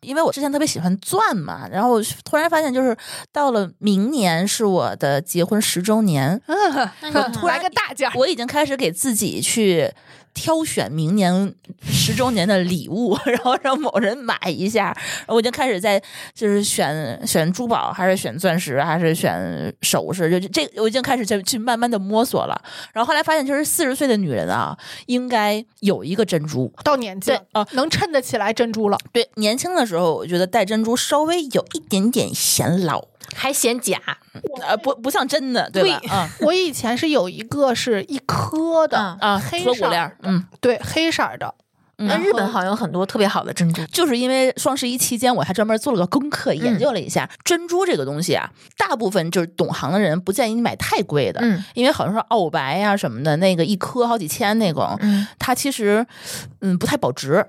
因为我之前特别喜欢钻嘛，然后我突然发现，就是到了明年是我的结婚十周年，嗯，那你 突然个大件儿，我已经开始给自己去挑选明年十周年的礼物， 然后让某人买一下。我已经开始在就是选选珠宝，还是选钻石，还是选首饰，就这这我已经开始去去慢慢的摸索了。然后后来发现，就是四十岁的女人啊，应该有一个珍珠。哦到年纪对了能衬得起来珍珠了。对，年轻的时候我觉得戴珍珠稍微有一点点显老，还显假，呃，不不像真的，对吧？对啊我以前是有一个是一颗的，嗯啊，黑锁色骨链儿，嗯，对，黑色儿的，嗯那然日本后好像有很多特别好的珍珠，就是因为双十一期间，我还专门做了个功课，嗯研究了一下、珍珠这个东西啊。大部分就是懂行的人不建议你买太贵的，嗯因为好像说澳白呀、什么的，那个一颗好几千那种，嗯，它其实嗯不太保值。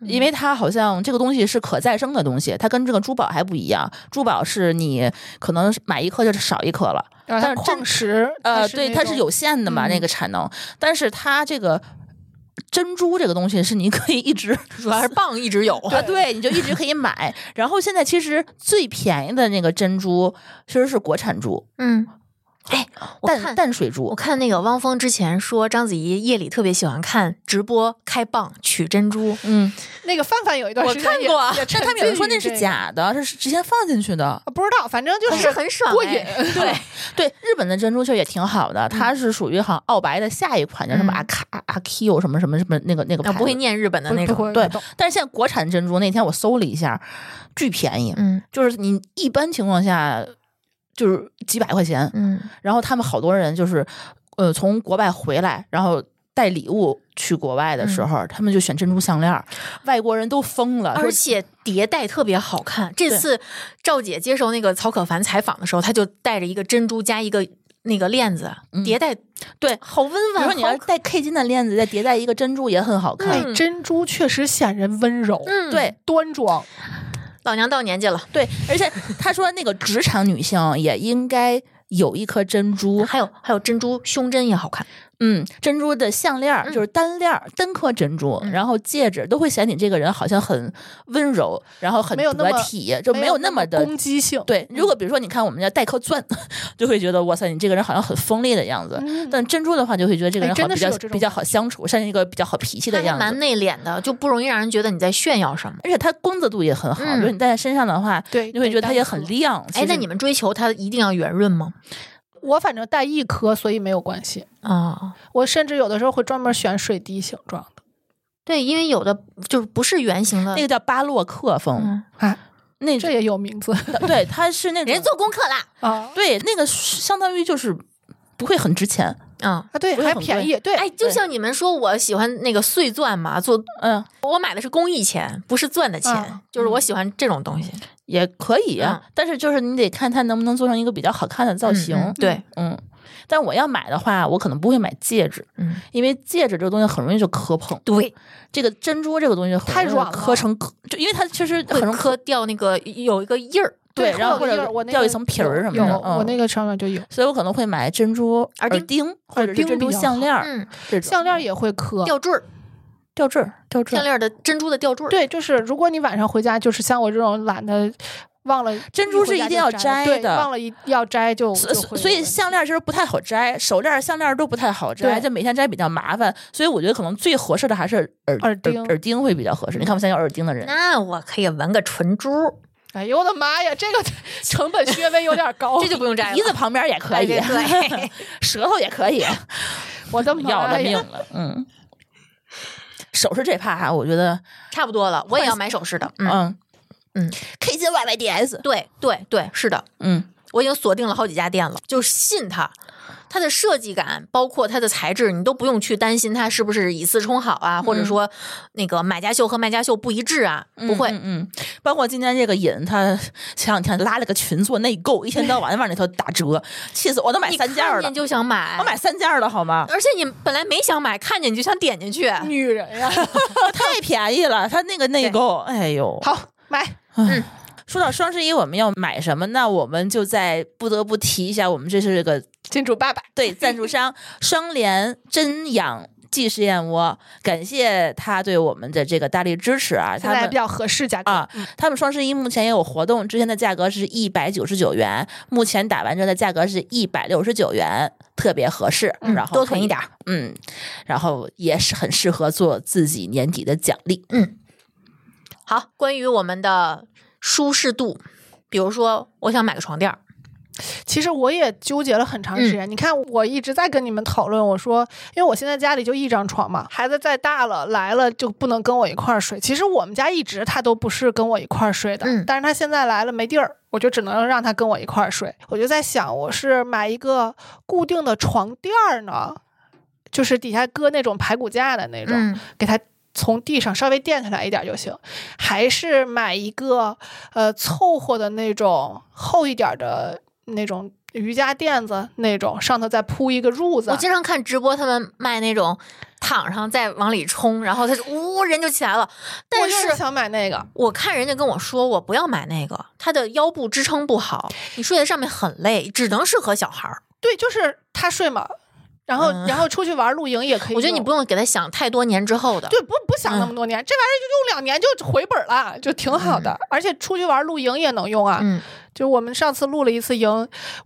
因为它好像这个东西是可再生的东西，它跟这个珠宝还不一样。珠宝是你可能买一颗就是少一颗了，然啊后它但是真矿石，呃，是对，那它是种有限的嗯嘛，那个产能。但是它这个珍珠这个东西是你可以一直 主要是蚌一直有，啊， 对，你就一直可以买。然后现在其实最便宜的那个珍珠其实是国产珠，嗯，哎，我淡看淡水我珠。看那个汪峰之前说章子怡夜里特别喜欢看直播开蚌取珍珠，嗯， 那个范范有一段我时间看也过啊也 但他们有人说那是假，假的，是之前放进去的。啊不知道，反正就可是很爽过哎瘾，对，对，日本的珍珠其实也挺好的，它是属于好像澳白的下一款，叫什么嗯阿卡阿 Q 什么什么什么那个那个我牌不会子。念日本 的不那不种，会对不懂但是现在国产珍珠那天我搜了一下，巨便宜，嗯就是你一般情况下就是几百块钱，嗯，然后他们好多人就是，呃，从国外回来，然后带礼物去国外的时候，他们就选珍珠项链儿，外国人都疯嗯了，嗯而说且迭代特别好看。这对次赵姐接受那个曹可凡采访的时候，她就带着一个珍珠加一个那个链子，迭代对。好温比如婉，说你要好戴 K 金的链子，再迭代一个珍珠也很好看。哎，珍珠确实显人温柔，嗯，对端庄，老娘到年纪了，对，而且他说那个职场女性也应该有一颗珍珠，还有还有珍珠胸针也好看，嗯，珍珠的项链儿嗯就是单链儿单颗珍珠，嗯然后戒指都会显你这个人好像很温柔，然后很没有那得么嗯体，就没有有那么的攻击性。对，如果比如说你看我们家戴颗钻， 就会觉得哇塞，你这个人好像很锋利的样子。嗯，但珍珠的话，就会觉得这个哎人真好的比是较有这种比较好相处，像一个比较好脾气它的还样蛮子。内敛的，就不容易让人觉得你在炫耀什么。而且它光泽度也很好，嗯就是你戴在身上的话，哎对，你就会觉得它也很单颗。亮。其哎，那实你们追求它一定要圆润吗？我反正戴一颗，所以没有关系。啊，我甚至有的时候会专门选水滴形状的对，因为有的就是不是圆形的，那个叫巴洛克风，嗯，啊，那这也有名字 对，它是那人家种做功课啦，啊对那个相当于就是不会很值钱，嗯。啊，对，不是还很便宜，对，哎，就像你们说，我喜欢那个碎钻嘛，做嗯，我买的是工艺钱，不是钻的钱，嗯就是我喜欢这种东西。也可以啊。但是就是你得看它能不能做成一个比较好看的造型。嗯嗯对，嗯，但我要买的话，我可能不会买戒指，嗯，因为戒指这个东西很容易就磕碰。对，这个珍珠这个东西很太容易软了磕成磕，就因为它确实会很容易磕掉那个有一个印儿，对，会然后有或印者儿我那掉个一层皮儿有什么有的。我嗯那个上面就有，所以我可能会买珍珠耳钉钉，或者是钉珍珠比较项链儿嗯，这种项链也会磕。吊坠儿，吊坠儿吊坠项儿。链的珍珠的吊坠儿。对，就是如果你晚上回家，就是像我这种懒得忘了，珍珠是一定要摘摘对的忘了一要摘就所就会所所有以问题项链儿其实不太好摘，手链儿、项链儿都不太好摘，对就每天摘比较麻烦。所以我觉得可能最合适的还是耳耳钉耳钉会比较合适。你看我现在有耳钉的人，那我可以纹个唇珠，哎呦我的妈呀，这个 成本稍微有点高，这就不用摘了。鼻子旁边也可哎以对，对， 哎舌头也可以，我的要妈了命呀！了。嗯，首饰这趴啊，我觉得差不多了。我也要买首饰的。嗯，嗯嗯，K 金 YYDS，对对对，是的，嗯，我已经锁定了好几家店了，就信它。它的设计感，包括它的材质，你都不用去担心它是不是以次充好啊，或者说那个买家秀和卖家秀不一致啊，不会嗯嗯，嗯，包括今天这个尹，他前两天拉了个群做内购，一天到晚往里头打折，气死我！我都买你三件儿看了见，就想买，我买三件儿了好吗？而且你本来没想买，看见你就想点进去。女人 呀，太便宜了，他那个内购，哎呦！好买，说到双十一，我们要买什么？那我们就在不得不提一下，我们这是个金主爸爸， 对，赞助商双联真养技实验窝，感谢他对我们的这个大力支持啊！现他在们比较合适价格啊，他们双十一目前也有活动，之前的价格是一百九十九元，目前打完折的价格是一百六十九元。特别合适，嗯然后多可囤一以点儿，嗯，然后也是很适合做自己年底的奖励。好，关于我们的舒适度，比如说我想买个床垫儿，其实我也纠结了很长时间。你看，我一直在跟你们讨论，我说，因为我现在家里就一张床嘛，孩子再大了来了就不能跟我一块儿睡。其实我们家一直他都不是跟我一块儿睡的，嗯但是他现在来了没地儿，我就只能让他跟我一块儿睡。我就在想，我是买一个固定的床垫儿呢，就是底下搁那种排骨架的那种，嗯给它从地上稍微垫起来一点就行，还是买一个呃凑合的那种厚一点的那种瑜伽垫子那种，上头再铺一个褥子我。经常看直播，他们卖那种躺上再往里冲，然后他就呜人就起来了。我但就是想买那个，我看人家跟我说，我不要买那个，它的腰部支撑不好，你睡在上面很累，只能适合小孩儿。对，就是他睡嘛，然后、嗯然后出去玩露营也可以用。我觉得你不嗯用给他想太多年之后的，对不不想那么多年，这玩意儿就用两年就回本了，就挺好的。而且出去玩露营也能用啊，嗯就我们上次露了一次营，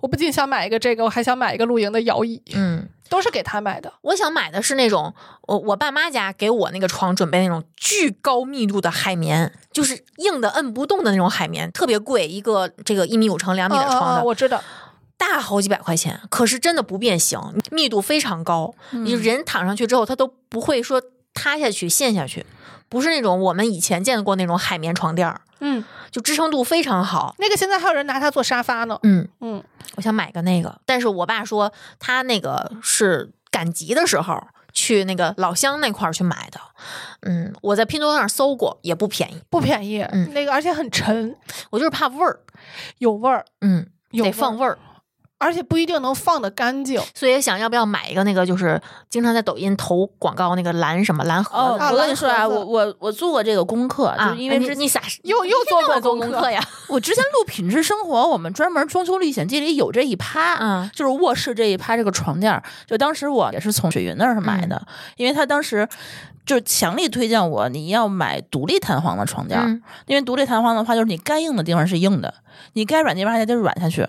我不仅想买一个这个，我还想买一个露营的摇椅，嗯。都是给他买的。我想买的是那种，呃我我爸妈家给我那个床准备那种巨高密度的海绵，就是硬的摁不动的那种海绵，特别贵，一个这个一米五乘两米的嗯嗯床嗯的，我知道。大好几百块钱，可是真的不变形，密度非常高，你人躺上去之后，它都不会说塌下去、陷下去，不是那种我们以前见过那种海绵床垫儿，嗯，就支撑度非常好。那个现在还有人拿它做沙发呢。嗯，嗯，我想买个那个，但是我爸说他那个是赶集的时候去那个老乡那块儿去买的，嗯，我在拼多多上搜过，也不便宜，不便宜，嗯那个而且很沉，我就是怕味儿，有味儿，嗯，有得放味儿，味儿，而且不一定能放得干净。所以想要不要买一个那个就是经常在抖音投广告那个蓝什么蓝盒哦，子啊我跟你说啊，蓝盒子我我我做过这个功课，啊，就是因为你之你咋又又做过功功嗯课 呀？哎我之前录《品质生活》，我们专门《装修历险记》里有这一趴，嗯就是卧室这一趴这个床垫儿，就当时我也是从雪云那儿买的，因为他当时就强力推荐我你要买独立弹簧的床垫儿，嗯因为独立弹簧的话，就是你该硬的地方是硬的，你该软的地方还得软下去，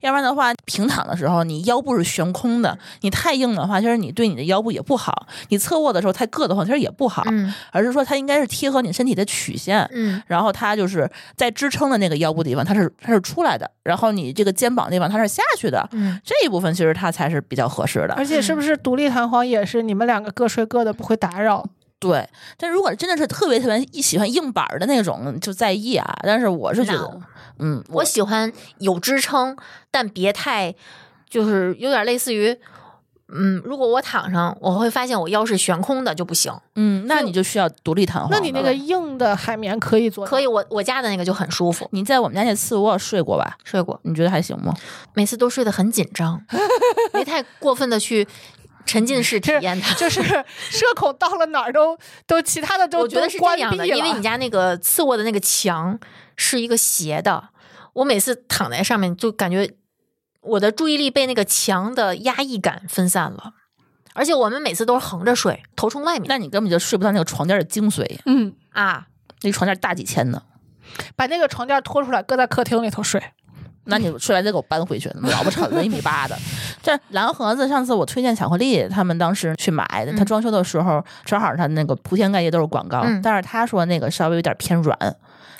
要不然的话，平躺的时候你腰部是悬空的，你太硬的话，其实你对你的腰部也不好，你侧卧的时候太硌得慌，其实也不好，嗯而是说它应该是贴合你身体的曲线，嗯然后它就是在支撑的那个腰部地方，它是它是出来的，然后你这个肩膀地方它是下去的，嗯，这一部分其实它才是比较合适的。而且是不是独立弹簧也是你们两个各睡各的，不会打扰？哦对，但如果真的是特别特别一喜欢硬板儿的那种，就在意啊。但是我是觉那我得，嗯，我喜欢有支撑，但别太，就是有点类似于，嗯，如果我躺上，我会发现我腰是悬空的就不行。嗯，那你就需要独立弹簧了。那你那个硬的海绵可以做到，可以，我我家的那个就很舒服，你在我们家那次卧睡过吧？睡过，你觉得还行吗？每次都睡得很紧 张，没太过分的去沉浸式体验它。 就是社恐到了哪儿都都其他的 都我觉得是关这闭样的，了，因为你家那个次卧的那个墙是一个斜的，我每次躺在上面就感觉我的注意力被那个墙的压抑感分散了，而且我们每次都是横着睡，头冲外面那你根本就睡不到那个床垫的精髓，嗯，啊。那床垫大几千呢。把那个床垫拖出来搁在客厅里头睡。那嗯你睡完再给我搬回去，老不沉了，一米八的。这蓝盒子，上次我推荐巧克力，他们当时去买的，嗯他装修的时候正好他那个铺天盖地都是广告，嗯但是他说那个稍微有点偏软，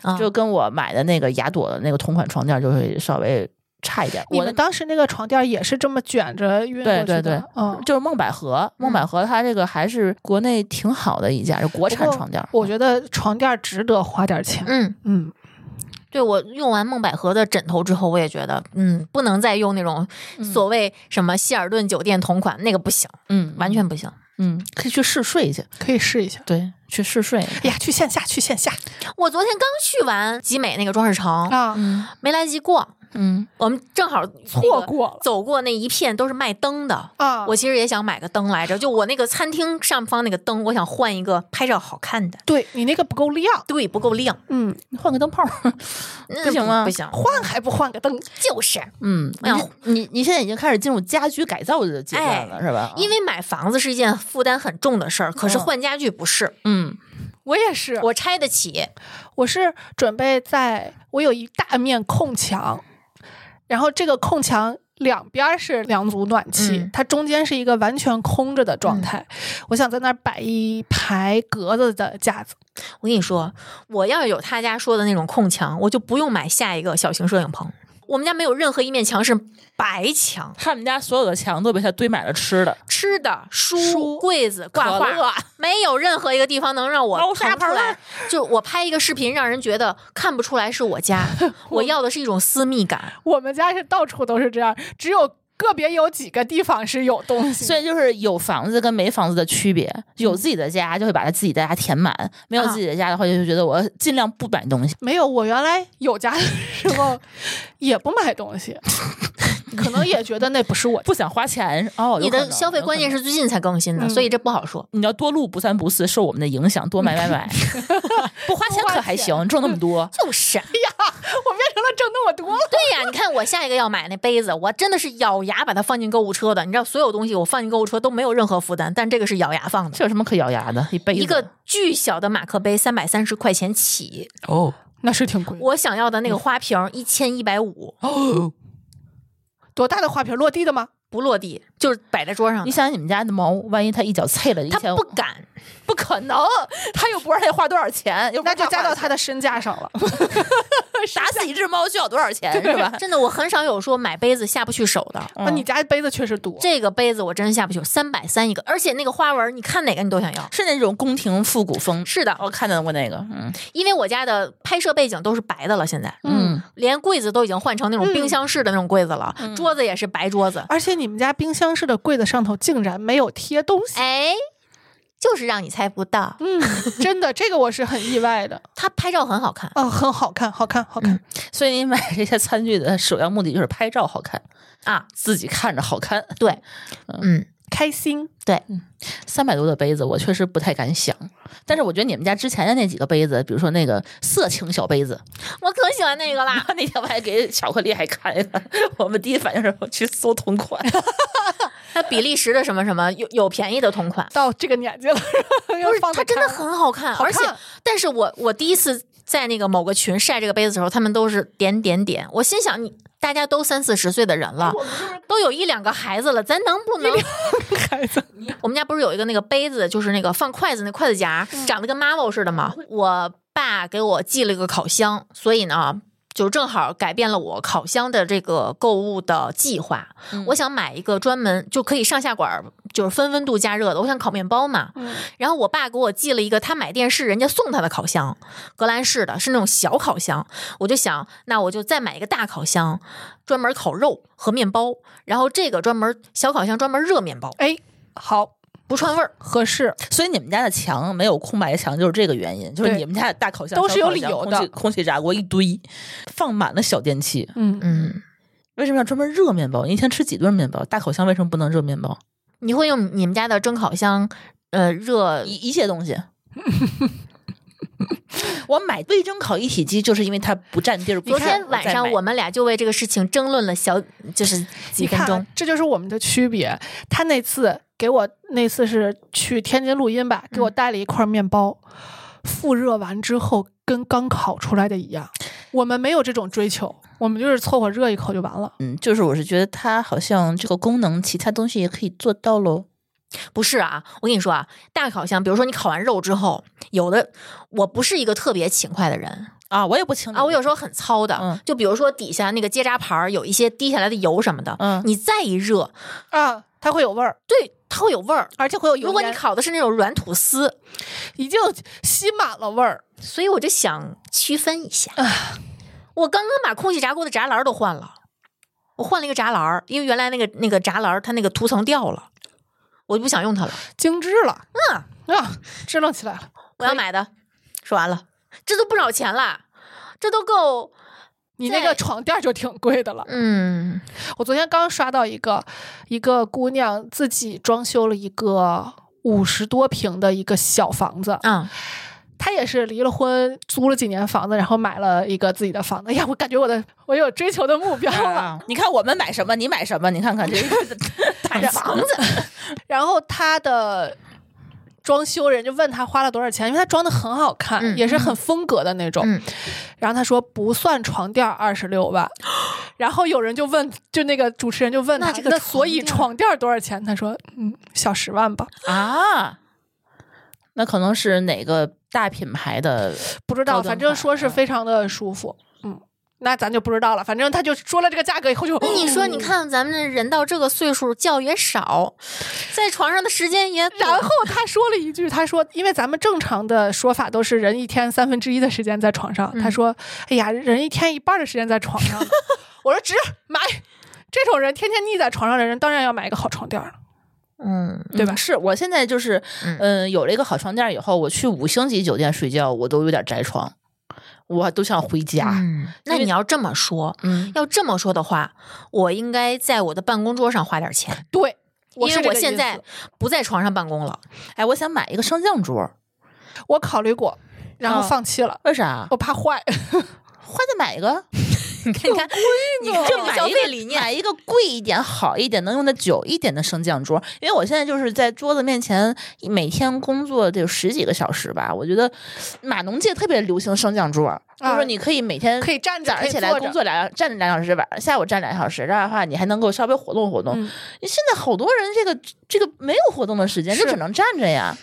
嗯啊就跟我买的那个雅朵的那个同款床垫就会稍微差一点。你我们当时那个床垫也是这么卷着运过去对的，对对嗯。就是梦百合，梦百合它这个还是国内挺好的一家，就国产不过床垫儿。嗯我觉得床垫值得花点钱。嗯，嗯，对我用完梦百合的枕头之后，我也觉得，嗯，不能再用那种所谓什么希尔顿酒店同款，那个不行，嗯，完全不行。嗯，可以去试睡去。可以试一下。对，去试睡。哎呀，去线下，去线下我昨天刚去完集美那个装饰城，啊，嗯没来得及逛，嗯，我们正好错过了走过那一片都是卖灯的。啊！我其实也想买个灯来着，就我那个餐厅上方那个灯，我想换一个拍照好看的。对你那个不够亮，对，不够亮，嗯，你换个灯泡儿。那不行吗不行，换还不换个灯？就是嗯，哎呀你哎你你现在已经开始进入家居改造的阶段了，是吧？因为买房子是一件负担很重的事儿，可是嗯换家具不是，嗯我也是，我我拆得起。我是准备在我有一大面空墙，然后这个空墙两边儿是两组暖气，嗯它中间是一个完全空着的状态。我想在那儿摆一排格子的架子，我跟你说，我要是有他家说的那种控墙，我就不用买下一个小型摄影棚。我们家没有任何一面墙是白墙，他们家所有的墙都被他堆满了吃的，吃的、书、书柜子、挂可乐画，没有任何一个地方能让猫我砂腾出盆来儿。就我拍一个视频，让人觉得看不出来是我 家。我要的是一种私密感。我们家是到处都是这样，只有个别有几个地方是有东西。所以就是有房子跟没房子的区别。有自己的家就会把他自己的家填满，没有自己的家的话，就觉得我尽量不买东西。没有，我原来有家的时 候也不买东西，可能也觉得那不是我。不想花钱 哦，你的消费观念是是最近才更新的，嗯所以这不好说。你要多路不三不四，受我们的影响，多买买 买，不花钱可还行，挣那么多，就是，我变成了挣那么多了，对呀，你看我下一个要买那杯子，我真的是咬牙把它放进购物车的。你知道，所有东西我放进购物车都没有任何负担，但这个是咬牙放的。这有什么可咬牙的？一辈子一个巨小的马克杯，三百三十块钱起。哦，那是挺贵的。我想要的那嗯个花瓶，一千一百五，多大的花瓶落地的吗？不落地，就是摆在桌上你。想想你们家的猫，万一它一脚啐了，一他千不 敢，不可能，它又不是得花多少钱，又不那是就加到花他的身价上了。打死一只猫需要多少钱是吧？真的，我很少有说买杯子下不去手的。啊，你家杯子确实多，嗯这个杯子我真下不去，三百三一个，而且那个花纹，你看哪个你都想要。是那种宫廷复古风，是的，我看到过那个，嗯因为我家的拍摄背景都是白的了，现在，嗯，连柜子都已经换成那种嗯冰箱式的那种柜子了，桌子也是白桌子。而且你们家冰箱式的柜子上头竟然没有贴东西。哎，就是让你猜不到，嗯，真的，这个我是很意外 的。它拍照哦很好看。嗯，很好看，好看，好看。所以你买这些餐具的首要目的就是拍照好看啊，自己看着好看。对，嗯，开心，对，三百多的杯子，我确实不太敢想，但是我觉得你们家之前的那几个杯子，比如说那个色情小杯子，我可喜欢那个 啦。啊， 那天我还给巧克力还看一看， 我们第一反应是我去搜同 款，它比利时的什么什么有有便宜的同款，到这个年纪了，不 要是放它得真的开了很好看，好而且看但是我我第一次在那个某个群晒这个杯子的时候，他们都是点点点，我心想你大家都三四十岁的人了，都有一两个孩子了，咱能不能？孩子，我们家不是有一个那个杯子，就是那个放筷子那筷子夹，嗯长得跟 Marvel 似的吗？我爸给我寄了一个烤箱，所以呢。就正好改变了我烤箱的这个购物的计划。嗯我想买一个专门就可以上下管儿，就是分温度加热的。我想烤面包嘛，然后我爸给我寄了一个他买电视人家送他的烤箱，格兰仕的，是那种小烤箱。我就想，那我就再买一个大烤箱，专门烤肉和面包，然后这个专门小烤箱专门热面包，哎，好不串味儿。合适。所以你们家的墙没有空白墙就是这个原因，就是对你们家的大烤箱都是有理小烤由的箱空气空气炸锅一堆，放满了小电器，嗯，嗯，为什么要专门热面包？你一天吃几顿面包？大烤箱为什么不能热面包？你会用你们家的蒸烤箱，呃，热一一切东西。我买味蒸烤一体机，就是因为它不占地儿。不昨占天晚上我我们俩就为这个事情争论了小，就是几你分看钟啊。，这就是我们的区别。他那次给我那次是去天津录音吧，嗯给我带了一块面包，复热完之后跟刚烤出来的一样。我们没有这种追求，我们就是凑合热一口就完了。嗯，就是我是觉得它好像这个功能，其他东西也可以做到喽。不是啊，我跟你说啊，大烤箱，比如说你烤完肉之后，有的我不是一个特别勤快的人，啊，我也不清楚啊，我有时候很糙的，嗯就比如说底下那个结扎盘儿有一些滴下来的油什么的，嗯你再一热，啊，它会有味儿，对，它会有味儿。而且会有如油果你烟，烤的是那种软吐司，已经吸满了味儿。所以我就想区分一下。我刚刚把空气炸锅的闸栏儿都换了，我换了一个闸栏儿，因为原来那个那个闸栏儿它那个涂层掉了，我就不想用它了。精致了，嗯啊，支棱起来了。我要买的，说完了，这都不少钱啦，这都够。你那在个床垫儿就挺贵的了。嗯，我昨天刚刷到一个，一个姑娘自己装修了一个五十多平的一个小房子，嗯，她也是离了婚，租了几年房子，然后买了一个自己的房子。哎 呀，我感觉我的我有追求的目标 了。啊，你看我们买什么，你买什么，你看看这 大房子，然后她的。装修人就问她花了多少钱，因为她装的很好看，嗯也是很风格的那种。嗯然后她说不算床垫二十六万，然后有人就问，就那个主持人就问那他，这个那床所以垫床垫儿多少钱？他说，嗯，小十万吧， 啊，那可能是哪个大品牌的？不知道，高端反正款说是嗯非常的舒服，嗯，那咱就不知道了。反正他就说了这个价格以后就，那哎你哦说，你看咱们人到这个岁数，觉也少，在床上的时间也短，然后他说了一句，他说，因为咱们正常的说法都是人一天三分之一的时间在床上，嗯他说，哎呀，人一天一半的时间在床上呢，我说值买。这种人天天腻在床上的人，当然要买一个好床垫儿了。嗯，对吧是我现在就是，嗯嗯、有了一个好床垫以后，我去五星级酒店睡觉，我都有点宅床，我都想回家。嗯那因为你要这么说，嗯，要这么说的话，我应该在我的办公桌上花点钱，对，因是为这我个现意在思不在床上办公了。哎，我想买一个升降桌，我考虑过，然后嗯放弃了，为啥？我怕坏。花再买一个，你看，你看，你看这就个买哦消一费个理念，买一个贵一点、好一点、能用的久一点的升降桌。因为我现在就是在桌子面前，每天工作得有十几个小时吧。我觉得码农界特别流行升降桌，就啊是你可以每天可以站着早可上以起来坐着工作俩站着两小时，晚上下午站两小时，这样的话你还能够稍微活动活动。嗯你现在好多人这个这个没有活动的时间，就是只能站着呀。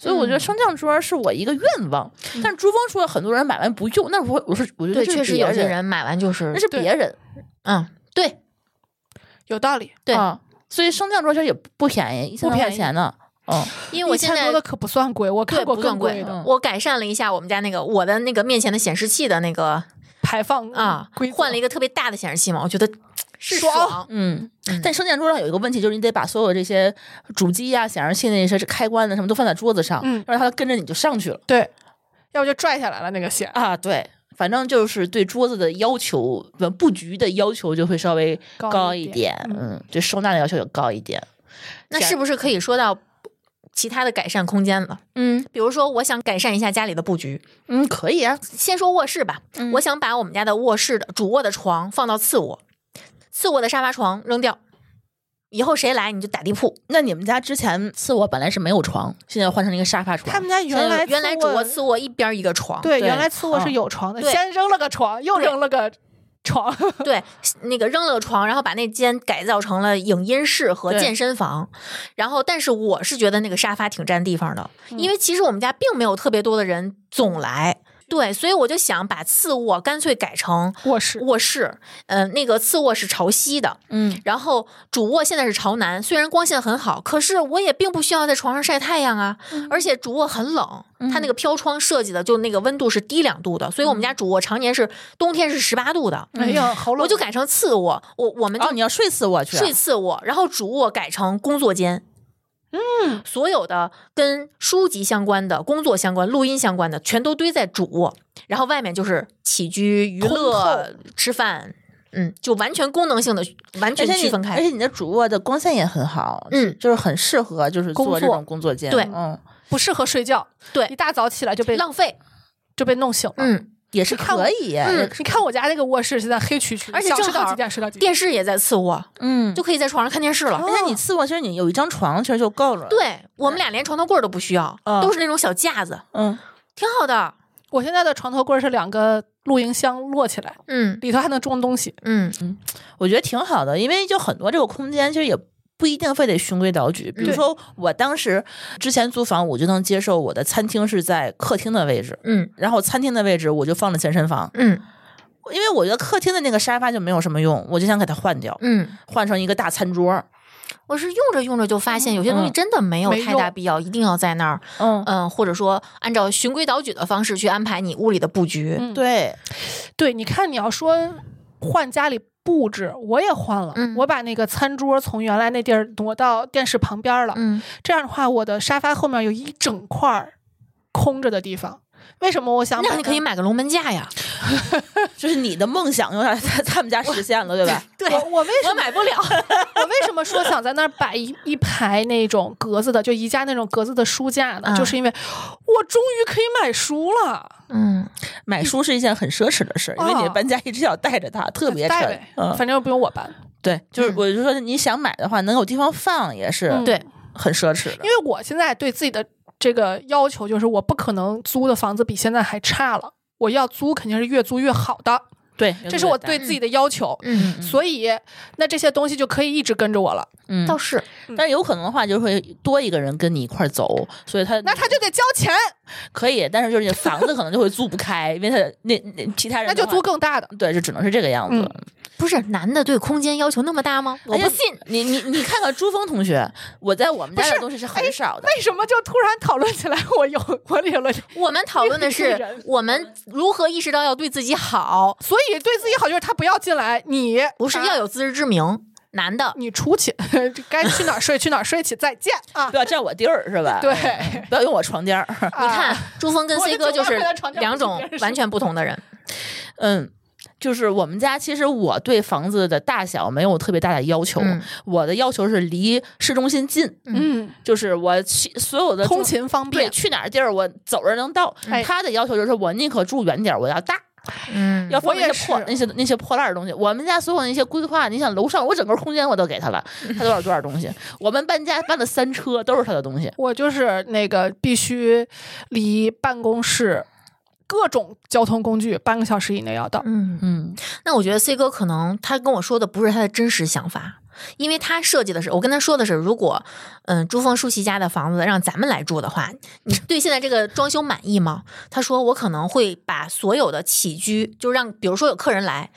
所以我觉得升降桌是我一个愿望，但是珠峰说很多人买完不用，那我我是我觉对，得这是确实别有些人买完就是那是对别人，嗯，对，有道理，对啊，所以升降桌其实也不便宜，一千不多块便宜钱呢。嗯，因为我一现千在多的可不算贵，我看对过不算更贵贵的嗯我改善了一下我们家那个我的那个面前的显示器的那个排放嗯啊规，则换了一个特别大的显示器嘛，我觉得是爽爽，嗯嗯，但升降桌上有一个问题，就是你得把所有这些主机呀、显示器那些开关的什么都放在桌子上，嗯要不然它跟着你就上去了对，要不就拽下来了那个 线啊。对，反正就是对桌子的要求、呃布局的要求就会稍微高高一一点，嗯嗯，对收纳的要求也高一点。那是不是可以说到其他的改善空间了？嗯比如说，我想改善一下家里的布局，嗯，可以啊，先说卧室吧，嗯我想把我们家的卧室的主卧的床放到次卧，次卧的沙发床扔掉，以后谁来你就打地铺。那你们家之前次卧本来是没有床，现在换成了一个沙发床。他们家原来呃原来主卧卧次卧一边一个床，对，对原来次卧是嗯有床的，对先扔了个床，又对扔了个 床，对，那个扔了个床，然后把那间改造成了影音室和对健身房。然后，但是我是觉得那个沙发挺占地方的，因为其实我们家并没有特别多的人总来，对，所以我就想把次卧干脆改成卧室卧室。嗯、那个次卧是朝西的，嗯，然后主卧现在是朝南，虽然光线很好，可是我也并不需要在床上晒太阳啊。而且主卧很冷，它那个飘窗设计的就那个温度是低两度的，所以我们家主卧常年是冬天是十八度的。哎呀，好冷，嗯我就改成次卧，我我们就哦，你要睡次卧去啊，睡次卧，然后主卧改成工作间。嗯，所有的跟书籍相关的、工作相关、录音相关的，全都堆在主卧，然后外面就是起居、娱乐、吃饭，嗯，就完全功能性的完而全且区你分而开。且你的主卧的光线也很好，嗯就是很适合就是工做这作种工作间，对嗯，不适合睡觉，对一大早起来就被浪费，就被弄啊醒了。嗯，也是看可以，嗯你看我家那个卧室现在黑黢黢的，而且想正睡到好几点睡到几点，电视也在次卧，嗯就可以在床上看电视了。而且你次卧其实你有一张床其实就够了，，哦对我们俩连床头柜儿都不需要，嗯都是那种小架子，嗯，挺好的。我现在的床头柜是两个露营箱摞起来，嗯里头还能装东西。嗯，我觉得挺好的，因为就很多这个空间其实也。不一定非得循规蹈矩，比如对说我当时之前租房，我就能接受我的餐厅是在客厅的位置，嗯然后餐厅的位置我就放了健身房，嗯因为我觉得客厅的那个沙发就没有什么用，我就想给它换掉，嗯，换成一个大餐桌，我是用着用着就发现有些东西嗯真的没有没太大用必要，一定要在那儿，嗯，嗯，或者说按照循规蹈矩的方式去安排你屋里的布局。嗯对，对，你看，你要说换家里布置，我也换了，嗯我把那个餐桌从原来那地儿挪到电视旁边了。嗯这样的话，我的沙发后面有一整块儿空着的地方。为什么我想？那你可以。买个龙门架呀，就是你的梦想有点在他们家实现了，对吧？对我我为什我么买不了。我为什么说想在那儿摆一一排那种格子的，就宜家那种格子的书架呢？嗯就是因为我终于可以买书了，嗯，买书是一件很奢侈的事，因为你哦搬家一直要带着它，特别带沉呗。，嗯，反正又不用我搬。对，就是嗯我就说你想买的话，能有地方放也是嗯对，很奢侈的因。为我现在对自己的这个要求就是，我不可能租的房子比现在还差了，我要租肯定是越租越好的。对，这是我对自己的要求。嗯，所以，那这些东西就可以一直跟着我了。嗯，倒是但是有可能的话，就会多一个人跟你一块儿走，所以他那他就得交钱，可以，但是就是你房子可能就会租不开，因为他那那其他人那就的话租嗯更嗯大的。对，就只能是这个样子。不是男的对空间要求那么大吗？我而且不信。你你你看看朱峰同学，我在我们不家是哎的东西是很少的。为什么就突然讨论起来？我有我理论，我们讨论的是人我们如何意识到要对自己好，所以对自己好就是他不要进来，你不是啊要有自知之明。男的，你出去， 该去哪儿睡去哪儿睡去，再见啊不！要占我地儿是吧？对啊嗯不要用我床垫儿。你你看朱峰跟我 C 就哥就觉得是他床垫两不是种别人完全不同的人。嗯，就是我们家其实我对房子的大小没有特别大的要求，嗯我的要求是离市中心近，嗯，就是我去所有的通住勤方对便，去哪儿地儿我走着能到。哎他的要求就是我宁可住远点儿，我要大。 嗯要放我那也些破是那些那些破烂儿的东西。我们家所有那些规划，你想楼上我整个空间我都给他 了，他多少多少东西。我们搬家搬了三车都是他的东西。我就是那个必须离办公室各种交通工具半个小时以内要到。嗯，嗯那我觉得 C 哥可能他跟我说的不是他的真实想法，因为他设计的是，我跟他说的是，如果嗯朱峰舒淇家的房子让咱们来住的话，你对现在这个装修满意吗？他说我可能会把所有的起居，就让比如说有客人来，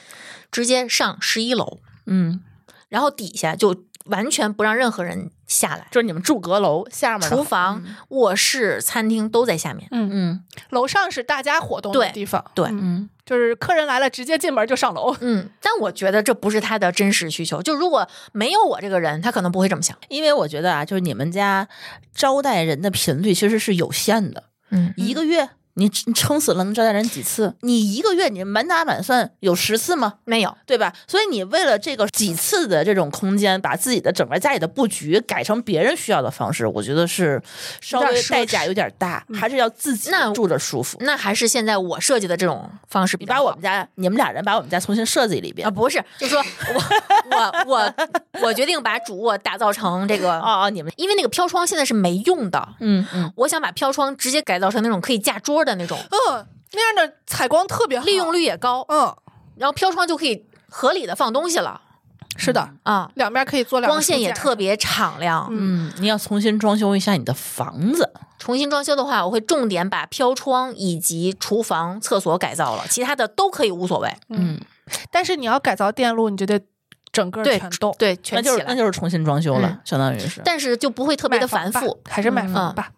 直接上十一楼，嗯，然后底下就完全不让任何人下来，就是你们住阁楼下面的厨房、卧室、餐厅都在下面。嗯，嗯楼上是大家活动的对地方，对嗯嗯就是客人来了直接进门就上楼。嗯，但我觉得这不是他的真实需求。就如果没有我这个人，他可能不会这么想。因为我觉得啊，就是你们家招待人的频率其实是有限的，嗯，一个月。你你撑死了能招待人几次？你一个月你满打满算有十次吗？没有。对吧？所以你为了这个几次的这种空间，把自己的整个家里的布局改成别人需要的方式，我觉得是稍有微点奢侈代价有点大，还是要自己嗯那嗯住着舒服。那还是现在我设计的这种方式比你较把好。我们家，你们俩人把我们家重新设计了一遍啊，。不是，就说我我我我决定把主卧打造成这个，哦哦，你们，因为那个飘窗现在是没用的，嗯嗯，我想把飘窗直接改造成那种可以架桌的那种，哦嗯，那样的采光特别好，利用率也高，嗯，然后飘窗就可以合理的放东西了是的，啊，两边可以做两个光线也书架特别敞亮。嗯，你要重新装修一下你的房子。重新装修的话，我会重点把飘窗以及厨房、厕所改造了，其他的都可以无所谓。嗯，但是你要改造电路，你就得整个对全动，对，那全就起是那来，就是重新装修了嗯，相当于是。但是就不会特特别的繁复。，还是买房嗯吧。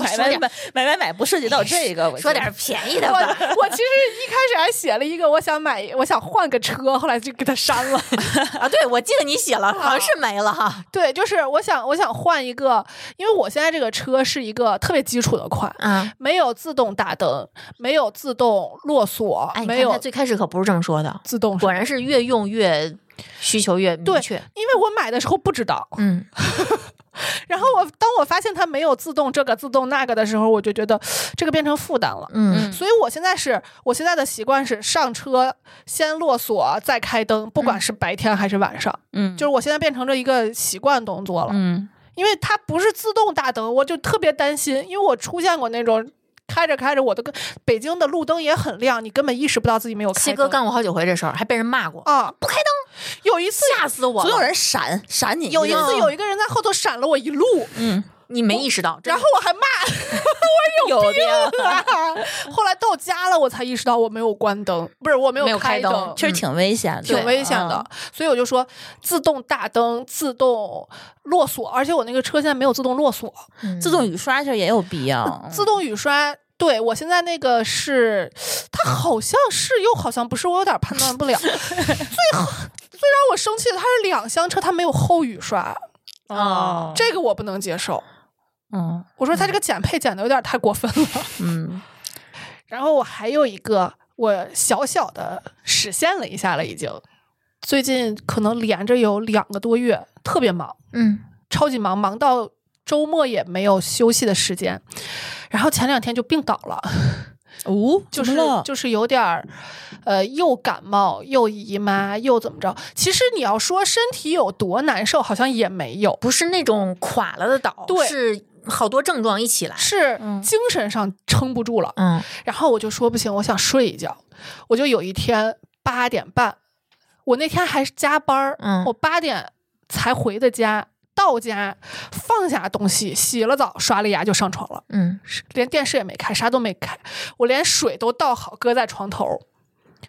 买说 买点买买买买不涉 及到这个，我说觉点得便宜的我吧，我其实一开始还写了一个，我想买，我想换个车，后来就给它删了。啊，对，我记得你写了，好像是没了 哈。 对，就是我想我想换一个，因为我现在这个车是一个特别基础的款。啊，没有自动打灯，没有自动落锁，哎，你没看有他最开始可不是这么说的，自动。果然是越用越需求越明对确。因为我买的时候不知道，嗯，然后我当我发现它没有自动这个自动那个的时候，我就觉得这个变成负担了。嗯所以我现在是我现在的习惯是上车先落锁再开灯，不管是白天还是晚上，嗯就是我现在变成了一个习惯动作了。嗯因为它不是自动大灯，我就特别担心，因为我出现过那种开着开着我都跟北京的路灯也很亮，你根本意识不到自己没有西开哥灯。干过好几回这事儿，还被人骂过，啊，不开灯！有一次，吓死我了。总有人闪闪你，有一次嗯有一个人在后头闪了我一路，嗯你没意识到，真然的后我还骂 有的。他。啊 后来到家了，我才意识到我没有关灯，不是我没没有有开开灯灯，确实挺危险的，嗯挺危险的。所以我就说，自动大灯、自动落锁，而且我那个车现在没有自动落锁，嗯自动雨刷其实也有必要。自动雨刷。对我现在那个是，它好像是又好像不是，我有点判断不了。最最让我生气的，它是两厢车，它没有后雨刷，哦这个我不能接受。嗯我说它这个减配减的有点太过分了。 嗯然后我还有一个，我小小的实现了一下了，已经。最近可能连着有两个多月，特别忙，嗯超级忙，忙到周末也没有休息的时间。然后前两天就病倒了，哦，就怎是么了就是有点儿，呃，又感冒又姨妈又怎么着。其实你要说身体有多难受，好像也没有，不是那种垮了的倒，对是好多症状一起来。是嗯精神上撑不住了。嗯然后我就说不行，我想睡一觉。我就有一天八点半，我那天还是加班儿，嗯我八点才回的家，到家放下东西，洗了澡，刷了牙就上床了，嗯，连电视也没开，啥都没开，我连水都倒好，搁在床头，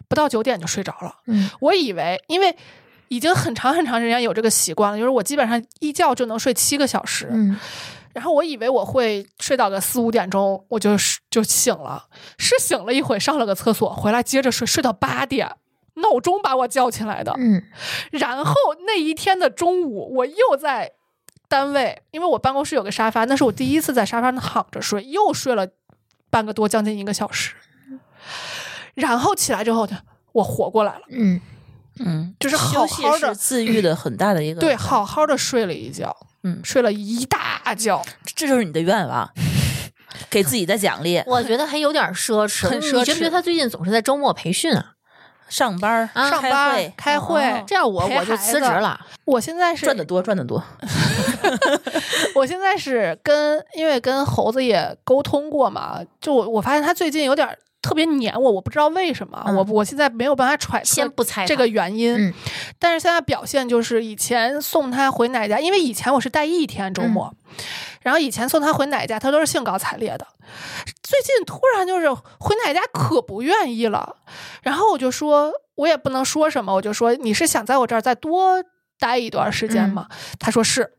不到九点就睡着了。嗯我以为，因为已经很长很长时间有这个习惯了，就是我基本上一觉就能睡七个小时，嗯然后我以为我会睡到个四五点钟，我就是就醒了，是醒了一会，上了个厕所，回来接着睡，睡到八点。闹钟把我叫起来的，嗯然后那一天的中午，我又在单位，因为我办公室有个沙发，那是我第一次在沙发上躺着睡，又睡了半个多，将近一个小时。然后起来之后，我活过来了，嗯嗯，就是好休好息的是自愈的很大的一个对，好好的睡了一觉，嗯睡了一大觉，这就是你的 愿望，给自己的奖励。 我觉得还有点奢侈，很奢侈你觉不觉得他最近总是在周末培训啊？上班儿、啊上开班会、开会哦这样我陪我就孩辞职子了。我现在是赚得多，赚得多。我现在是跟，因为跟猴子也沟通过嘛，就我我发现他最近有点儿特别黏我，我不知道为什么，啊嗯我我现在没有办法揣测先不猜这他个原因，嗯但是现在表现就是以前送他回奶家，因为以前我是带一天周末，然后以前送他回奶家，他都是兴高采烈的。最近突然就是回奶家可不愿意了，然后我就说，我也不能说什么，我就说你是想在我这儿再多待一段时间吗？他说是，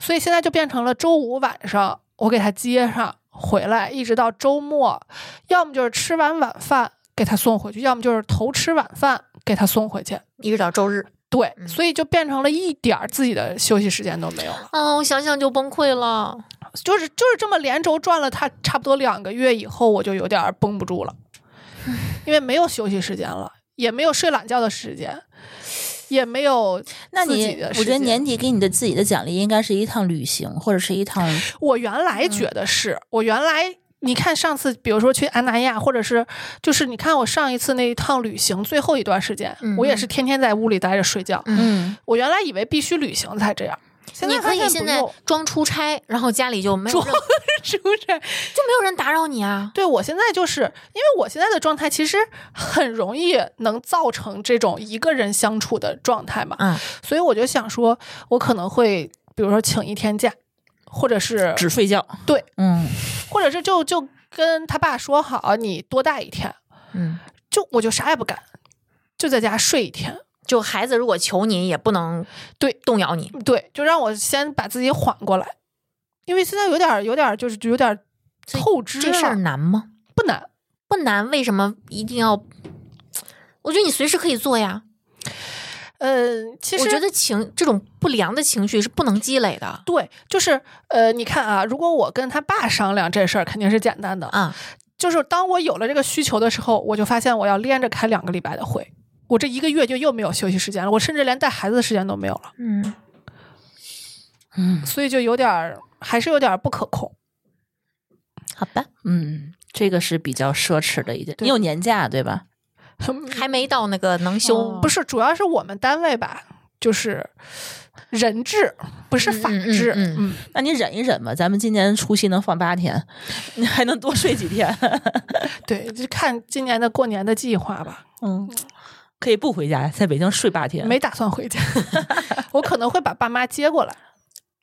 所以现在就变成了周五晚上我给他接上回来，一直到周末，要么就是吃完晚饭给他送回去，要么就是头吃晚饭给他送回去。一直到周日。对，嗯所以就变成了一点儿自己的休息时间都没有了，哦，我想想就崩溃了。就是就是这么连轴转了他差不多两个月以后，我就有点儿绷不 住了，因为没有休息时间了，也没有睡懒觉的时间，也没有那自己你的，我时觉得间年底给你的自己的奖励应该是一趟旅行，或者是一 趟我原来嗯觉得是、我原来。你看上次，比如说去安那亚，或者是就是你看我上一次那一趟旅行最后一段时间，嗯我也是天天在屋里待着睡觉。嗯，我原来以为必须旅行才这样，现在你可发以现不在用 装出差，然后家里就没有装任就是不是？没有人打扰你啊。对我现在就是因为我现在的状态其实很容易能造成这种一个人相处的状态嘛，嗯所以我就想说，我可能会比如说请一天假，或者是只睡觉。对，嗯，或者是就就跟他爸说好，你多带一天， 嗯，就我就啥也不干，就在家睡一天。就孩子如果求你，也不能对动摇你。对，就让我先把自己缓过来，因为现在有点儿有点儿就是有点儿所以透支这事儿了，难吗？不难。不难，为什么一定要？我觉得你随时可以做呀。嗯，其实我觉得情这种不良的情绪是不能积累的对，就是呃，你看啊，如果我跟他爸商量这事儿，肯定是简单的。啊。就是当我有了这个需求的时候，我就发现我要连着开两个礼拜的会，我这一个月就又没有休息时间了，我甚至连带孩子的时间都没有了，嗯嗯所以就有点儿，还是有点儿不可控。好吧，嗯，这个是比较奢侈的一件。对你有年假对吧？还没到那个能休哦不是，主要是我们单位吧，就是人治，不是法嗯嗯治。嗯嗯那你忍一忍吧，咱们今年除夕能放八天，你还能多睡几 天。嗯对，就看今年的过年的计划吧。嗯，可以不回家，在北京睡八天，没打算 回家，我可能会把爸妈接过来，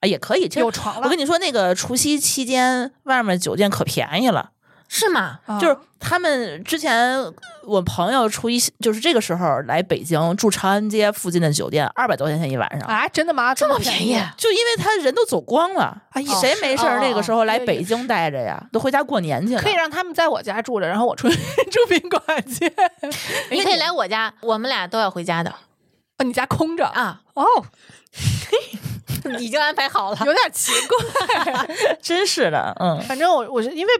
啊也可以。这有床我了跟。你说，那个除夕期间外面酒店可便宜了，是吗？啊就是他们之前我朋友初一就是这个时候来北京住长安街附近的酒店，二百多块钱一晚上，啊，真的吗？这么便啊便宜？啊就因为他人都走光了，哎呀谁没事儿是那个时候来哦北京待着呀，都回家过年去了。可以让他们在我家住着，然后我出去 住宾馆去。 你可以来我家，我们俩都要回家的哦，你家空着？啊，哦，已经安排好了。有点奇怪。真是的，嗯， 反正我我是因为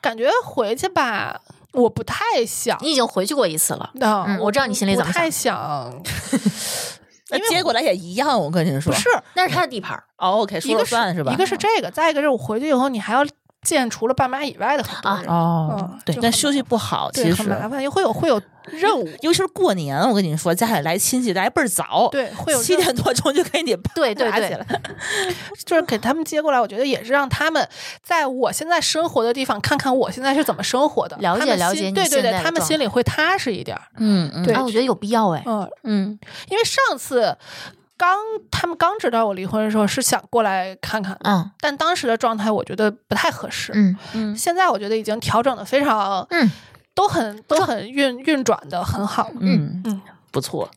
感觉回去吧，我不太想。你已经回去过一次了，啊嗯我知道你心里不怎么不太想，那接过来也一样，我跟你说，不是那是他的地盘儿。哦，OK，一说了个是算是吧？一个是这个，再一个是我回去以后，你还要见除了爸妈以外的很多人，哦嗯，对就，但很休息不好，对，其很实麻烦，又会有会有任 务，尤其是过年，我跟你说，家里来亲戚来倍儿早，对，会有七任务点多钟就给你对 对爬起对来，就是给他们接过来，我觉得也是让他们在我现在生活的地方看看我现在是怎么生活的，了解他们心了解你对对现在对，他的们状态心里会踏实一点儿。嗯嗯，对啊，我觉得有必要哎，嗯，嗯因为上次刚他们刚知道我离婚的时候是想过来看看，嗯但当时的状态我觉得不太合适。嗯嗯现在我觉得已经调整的非常，嗯，都很都很运运转的很好。嗯嗯，不错，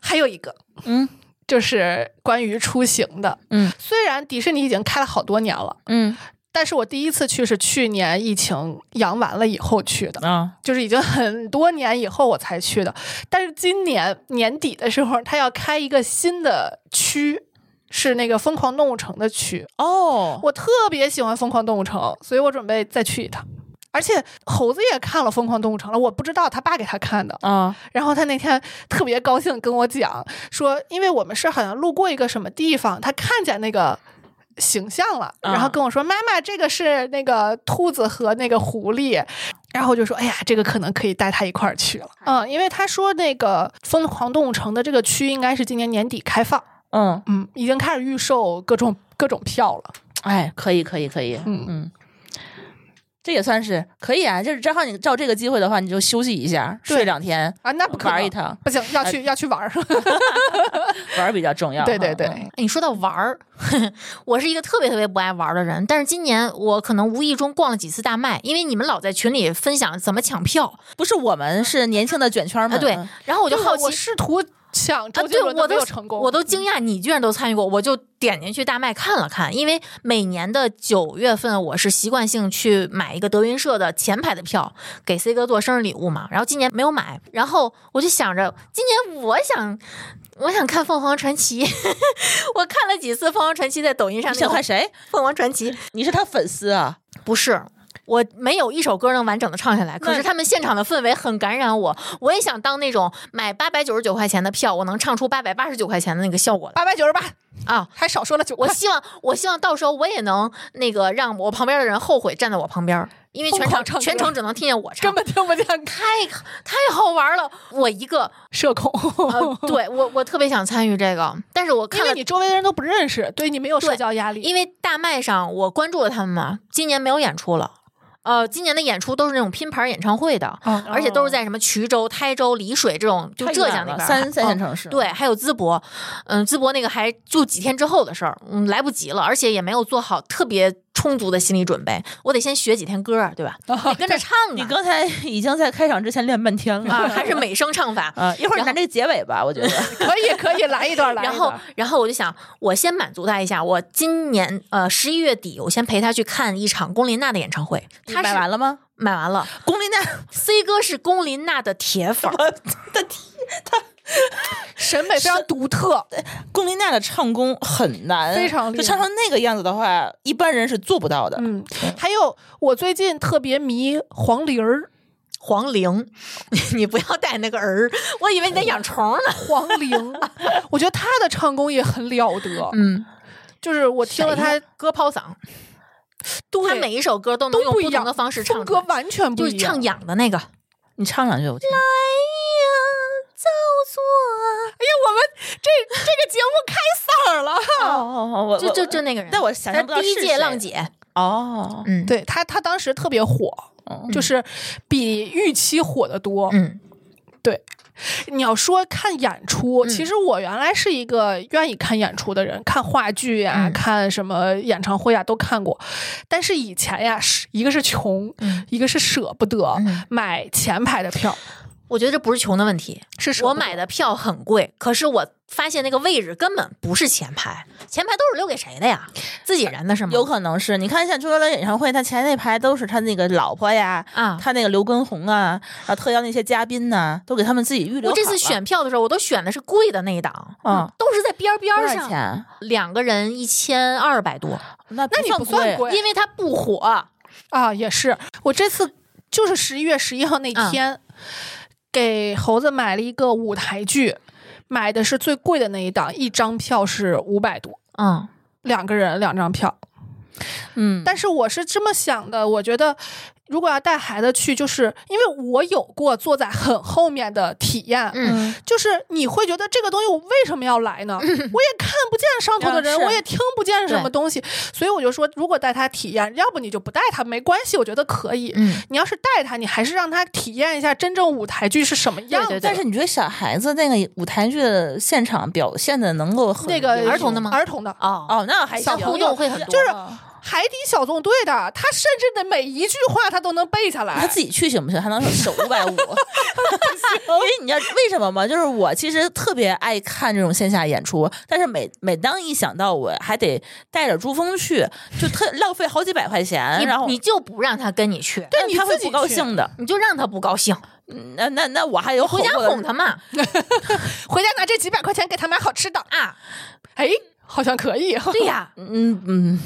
还有一个，嗯，就是关于出行的，嗯，虽然迪士尼已经开了好多年了。嗯但是我第一次去是去年疫情阳完了以后去的，啊，就是已经很多年以后我才去的。但是今年年底的时候，他要开一个新的区，是那个疯狂动物城的区。哦，我特别喜欢疯狂动物城，所以我准备再去一趟。而且猴子也看了《疯狂动物城》了，我不知道他爸给他看的。啊，然后他那天特别高兴跟我讲说，因为我们是好像路过一个什么地方，他看见那个形象了，嗯然后跟我说：“妈妈，这个是那个兔子和那个狐狸。”然后我就说：“哎呀，这个可能可以带他一块儿去了。”嗯，因为他说那个疯狂动物城的这个区应该是今年年底开放，嗯，嗯，已经开始预售各种各种票了。哎，可以，可以，可以，嗯嗯，这也算是可以啊。就是正好你照这个机会的话，你就休息一下，对睡两天，啊，那不可能玩一趟，不行，要哎去要去 玩儿。 玩儿比较重要。对对嗯对，嗯哎你说到玩儿， 我是一个特别特别不爱玩儿的人，但是今年我可能无意中逛了几次大麦，因为你们老在群里分享怎么抢票不是我们是年轻的卷圈啊，们，对嗯，然后我我就好我奇。试图想啊，周杰对，伦我没有都成功，嗯我都惊讶，你居然都参与过，我就点进去大麦看了看，因为每年的九月份，我是习惯性去买一个德云社的前排的票，给 C 哥做生日礼物嘛。然后今年没有买，然后我就想着，今年我想，我想看凤凰传奇， 我看了几次凤凰传奇在抖音上你那想个看谁？凤凰传奇，你是他粉丝啊？不是，我没有一首歌能完整的唱下来。可是他们现场的氛围很感染我，我也想当那种买八百九十九块钱的票，我能唱出八百八十九块钱的那个效果来八百九十八，啊！还少说了九块我。希望，我希望到时候我也能那个让我旁边的人后悔站在我旁边，因为全疯狂场唱歌全程只能听见我 唱根。本听不见太太好玩了！我一个， 社恐，呃、对我我特别想参与这个，但是我看因了为你周围的人都不认识，对你没有社对交压力。因为大麦上我关注了他们嘛，今年没有演出了。呃，今年的演出都是那种拼盘演唱会的，啊而且都是在什么衢州、台州、丽水这种就哦太浙远江那了边儿三三嗯线城市，对，还有淄博，嗯，淄博那个还就几天之后的事儿，嗯，来不及了，而且也没有做好特别充足的心理准备，我得先学几天歌儿，对吧？得跟着唱哦你啊，刚才 已经在开场之前练半天了啊，还是美声唱法，啊！一会然儿你后拿这个结尾吧，我觉 得可以可以来一段，来一段。然哎后，然后我就想，我先满足他一下。我今年呃十一月底，我先陪他去看一场龚琳娜的演唱会。你他是买完了吗？买完了。龚琳娜 C 哥是龚琳娜的铁粉儿，审美非常独特，龚琳娜的唱功很难，非常厉就害唱成那个样子的话，一般人是做不到的。嗯。还有，我最近特别迷黄龄 儿，黄龄， 你不要带那个儿，我以为你在养虫呢。黄龄，我觉得她的唱功也很了得。嗯，就是我听了她，歌抛嗓，对他每一首歌都能都用不一不样同的方式风唱出格来，完全不就一是样唱。痒的那个。你唱两句我听。哎造哎作 这这个节目开嗓儿了，哦哦哦，我就我就就那个人，但我想象不他到第一是届谁浪姐，哦，嗯，，对她，她当时特别火，嗯就是比预期火的多。嗯你要说看演出，嗯其实我原来是一个愿意看演出的人，看话剧呀、嗯看什么演唱会啊都看过。但是以前呀，是一个是穷，嗯一个是舍不得、嗯买前排的票，我觉得这不是穷的问题，是舍我不得买的票很贵，可是我发现那个位置根本不是前排，前排都是留给谁的呀？自己人的是吗？有可能是你看像周杰伦演唱会，他前那排都是他那个老婆呀，啊他那个刘畊宏啊，啊，特邀那些嘉宾呐、都给他们自己预留我好了。这次选票的时候，我都选的是贵的那一档，嗯都是在边儿边多儿少上，钱？啊两个人一千二百多，那那你不算贵，贵，因为它不火，啊，也是。我这次就是十一月十一号那嗯天，给猴子买了一个舞台剧，买的是最贵的那一档，一张票是五百多，嗯，两个人两张票。嗯，但是我是这么想的，我觉得如果要带孩子去，就是因为我有过坐在很后面的体验，嗯，就是你会觉得这个东西我为什么要来呢？我也看不见上头的人，嗯是我也听不见什么东西，所以我就说，如果带他体验，要不你就不带他没关系，我觉得可以。嗯，你要是带他，你还是让他体验一下真正舞台剧是什么样子。对对对但是你觉得小孩子那个舞台剧的现场表现的能够很那个儿童的吗儿童的哦，哦，那还小行互动会很多，就是海底小纵队的，他甚至的每一句话他都能背下他 来。自己去行不行？他能手五百五？因 为你知道为什么吗？就是我其实特别爱看这种线下演出，但是每每当一想到我还得带着珠峰去，就特浪费好几百块钱，你然后你就不让他跟你去，对但你他会自己不高去兴的。嗯你就让他不高兴，那那那我还有回家吼过的 哄他嘛回家拿这几百块钱给他买好吃的，啊，哎，好像可以。对呀，嗯嗯，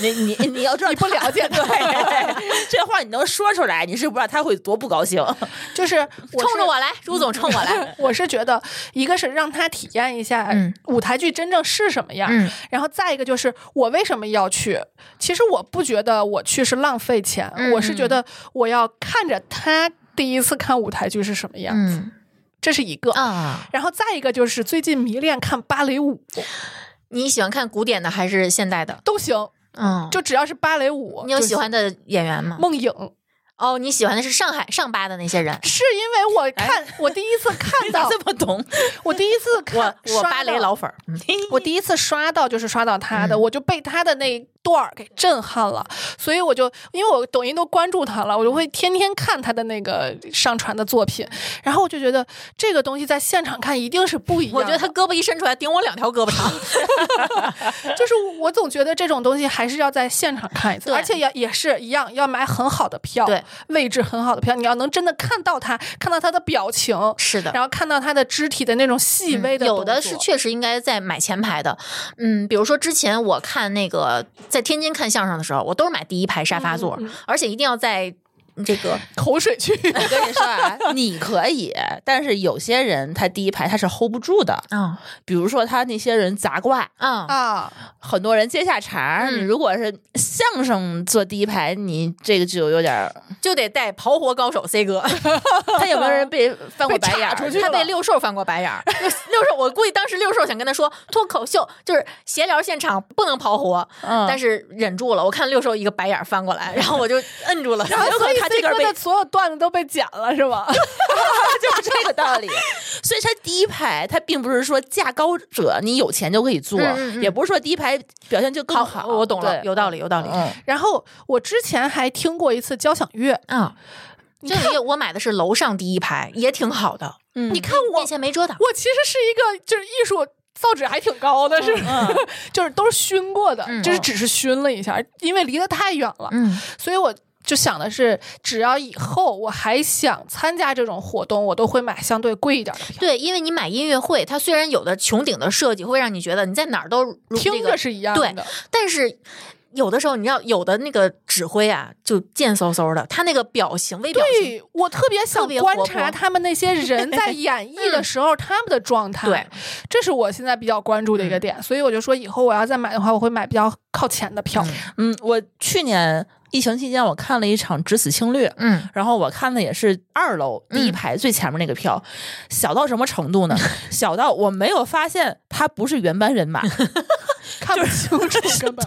你你你要知道你不了解他他对，这话你能说出来，你是不知道他会多不高兴。 就是我冲是着我来，朱总冲我来， 我是觉得，一个是让他体验一下嗯舞台剧真正是什么样，嗯然后再一个就是我为什么要去？其实我不觉得我去是浪费钱，嗯我是觉得我要看着他第一次看舞台剧是什么样，嗯这是一个。啊，然后再一个就是最近迷恋看芭蕾舞你喜欢看古典的还是现代的？都行，嗯，就只要是芭蕾舞。你有哦就喜欢的演员吗？梦影？哦，你喜欢的是上海上巴的那些人，是因为哎我看我第一次 看咋到，这么懂？我第一次看我我刷芭蕾到老粉儿， 我第一次刷到就是刷到他的，嗯我就被他的那一段儿给震撼了，所以我就因为我抖音都关注他了，我就会天天看他的那个上传的作品，然后我就觉得这个东西在现场看一定是不一样的。我觉得他胳膊一伸出来，顶我两条胳膊长。就是我总觉得这种东西还是要在现场看一次，对而且也也是一样要买很好的票，对，位置很好的票，你要能真的看到他，看到他的表情，是的，然后看到他的肢体的那种细微的、嗯有的是。确实应该在买前排的，嗯，比如说之前我看那个在天津看相声的时候，我都是买第一排沙发座，而且一定要在嗯这个口水剧，我跟你说啊， 你可以，但是有些人他第一排他是 hold 不住的，啊比如说他那些人砸挂，啊、啊，很多人接下茬儿。嗯你如果是相声坐第一排，你这个就有点儿，就得带跑火高手 C 哥，他有没有 人被翻过白眼儿？岔出去他了被六兽翻过白 眼儿。六六兽，我估计当时六兽想跟他说，脱口秀就是闲聊现场不能跑火，嗯但是忍住了。我看六兽一个白眼儿翻过来，然后我就摁住了。然后啊有可所能以他这 C 根哥被的所有段子都被剪了，是吗？ 就是这个道理。 所以他第一排，他并不是说价高者你有钱就可以坐，嗯嗯嗯也不是说第一排表现就更好。我懂了，对有道理，有道理。嗯， 然后我之前还听过一次交响乐，啊，这里我买的是楼上第一排，也挺好的。嗯你看我面，前没遮挡，我其实是一个就是艺术造纸还挺高的，是吧 就是都是熏过的嗯，就是只是熏了一下，因为离得太远了，嗯所以我。就想的是，只要以后我还想参加这种活动，我都会买相对贵一点的票，对，因为你买音乐会，它虽然有的穹顶的设计会让你觉得你在哪儿都如听这着个，是一样对的。但是有的时候你知道，有的那个指挥啊，就贱嗖嗖的，他那个表情微表情，对，我特别想特别活观泼嗯察他们那些人 在演绎的时候他们的状态。对，嗯这是我现在比较关注的一个点，所以我就说以后我要再买的话，我会买比较靠前的票。嗯，我去年疫情期间，我看了一场《只死青绿》。嗯，然后我看的也是二楼第一排最前面那个票，小到什么程度呢？ 小到我没有发现他不是原班 人马，看不清楚，根本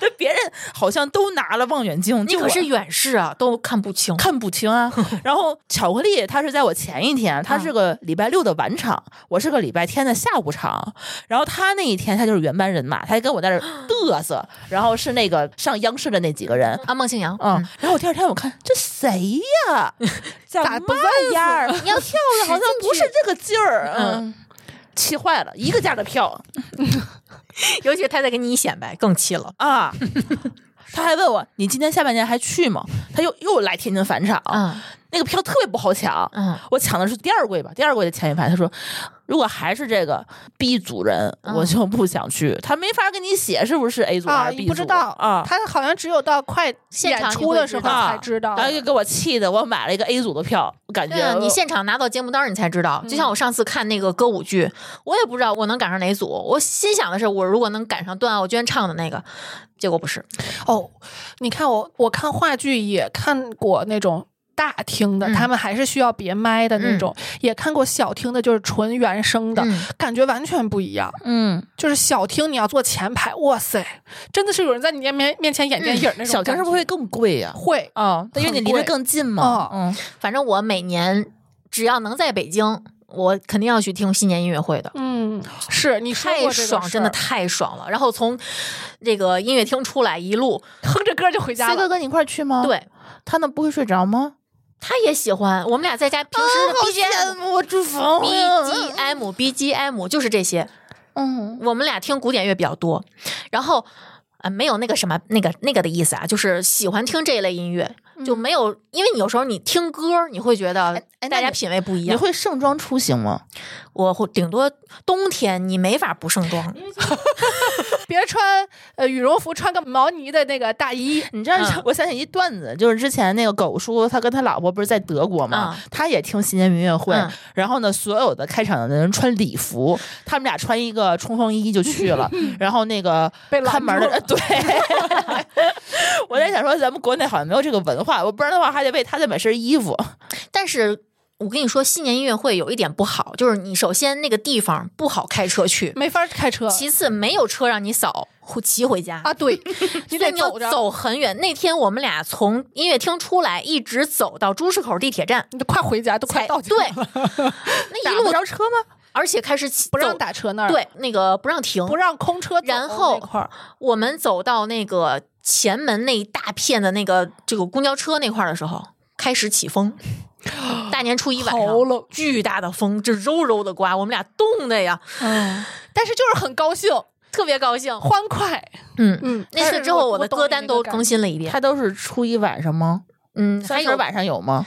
就别人好像都拿了望远镜，你就可我是远视啊，都看不清。看不清 啊。然后巧克力它是在我前一天，它嗯是个礼拜六的晚场，我是个礼拜天的下午场。然后他那一天他就是原班人马，他还跟我在那儿嘚瑟，然后是那个上央视的那几个人。啊，孟庆阳，嗯，然后我第二天我看这谁呀，怎咋不么样儿？ 你要跳的好像不是这个劲儿，嗯嗯，气坏了，一个价的票尤其是他在跟你显摆，更气了。啊！他还问我，你今年下半年还去吗？他又又来天津返场，啊，那个票特别不好抢，嗯，我抢的是第二柜吧，第二柜的前一排。他说，如果还是这个 B 组人，嗯我就不想去。他没法给你写是不是 A 组啊还是 B 组不知道啊。他好像只有到快现演场你出会的时候知道啊才知道然后就给我气的，我买了一个 A 组的票，我感觉对啊，你现场拿到节目单儿你才知道。就嗯像我上次看那个歌舞剧，我也不知道我能赶上哪组。我心想的是，我如果能赶上段奥娟唱的那个，结果不是。哦。你看我，我看话剧也看过那种。大厅的，嗯他们还是需要别麦的那嗯种，也看过小厅的，就是纯原声的，嗯感觉完全不一样。嗯，就是小厅你要坐前排，哇塞，真的是有人在你面面面前演电嗯影儿那种、小厅是不是会更贵呀、会？哦，因为你离得更近嘛哦。嗯，反正我每年只要能在北京，我肯定要去听新年音乐会的。嗯，是你说太过这个爽，事真的儿太爽了！然后从这个音乐厅出来，一路哼着歌就回家 C 哥了。跟你一块儿去哦吗？，对他能不会睡着吗？他也喜欢。我们俩在家平时的哦 BGM、慕，我祝福呀 BGM、BGM 就是这些。嗯，我们俩听古典乐比较多，然后呃没有那个什么那个那个的意思啊，就是喜欢听这一类音乐，就没有，因为你有时候你听歌，你会觉得嗯哎那大家你品味不一你样。会盛装出行吗？我会顶多冬天你没法不盛装，嗯别穿呃羽绒服，穿个毛呢的那个大衣。你知道嗯，我想起一段子，就是之前那个狗叔，他跟他老婆不是在德国嘛嗯，他也听新年音乐会嗯，然后呢，所有的开场的人穿礼服，他们俩穿一个冲锋衣就去 了，然后那个被拦看门的住了人，对， 我在想说咱们国内好像没有这个文化，我不然的话还得为他得买身衣服，但是。我跟你说，新年音乐会有一点不好，就是你首先那个地方不好开车去，嗯没法开车其次没有车让你扫回骑回家啊， 对，你所以得你要走着，走很远。那天我们俩从音乐厅出来，一直走到朱市口地铁站，你都快回家，都快才到家哎对了，那一路着车吗？而且开始骑不让走打车那儿，，对那个不让停，不让空车走然那后块儿我们走到那个前门那一大片的那个这个公交车那块儿的时候，开始起 风，大年初一晚好上冷。巨大的风，这柔柔的刮，我们俩冻的呀，嗯，但是就是很高兴，特别高兴。欢快。嗯，哦嗯，那次之后我的歌单都更新。新了一遍他。都是初一晚上吗？嗯，还三十有儿晚上有吗？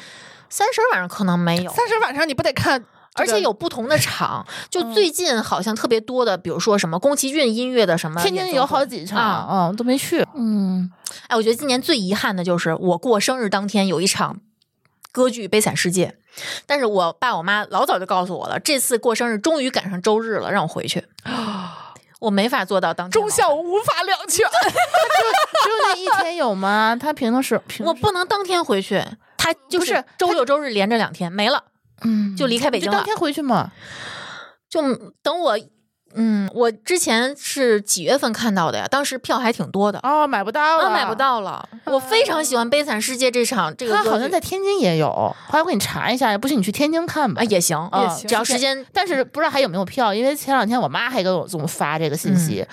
三十晚上可能没有，三十嗯晚上你不得看，而且有不同的场。就最近好像特别多的，比如说什么宫崎骏音乐的什么，天津有好。几场，啊嗯，都没去。嗯，哎，我觉得今年最遗憾的就是我过生日当天有一场歌剧《悲惨世界》，但是我爸我妈老早就告诉我了，这次过生日终于赶上周日了，让我回 去。我没法做到当天忠晚孝无法两全。只有那一天有吗？他平时平我时不能当天回去，他就不是是周六周日连着两天没了，嗯就离开北你京就当了。天回去嘛。就等我，嗯，我之前是几月份看到的呀？当时票还挺多的，哦，买不到啊，了，买不。到了。我非常喜欢《悲惨世界》这场这个他歌好像剧在天津也有，后来我给你查一下，不信你去天津看吧啊。也行，啊行只要时间但是不知道还有没有票，因为前两天我妈还给我总发这个信息，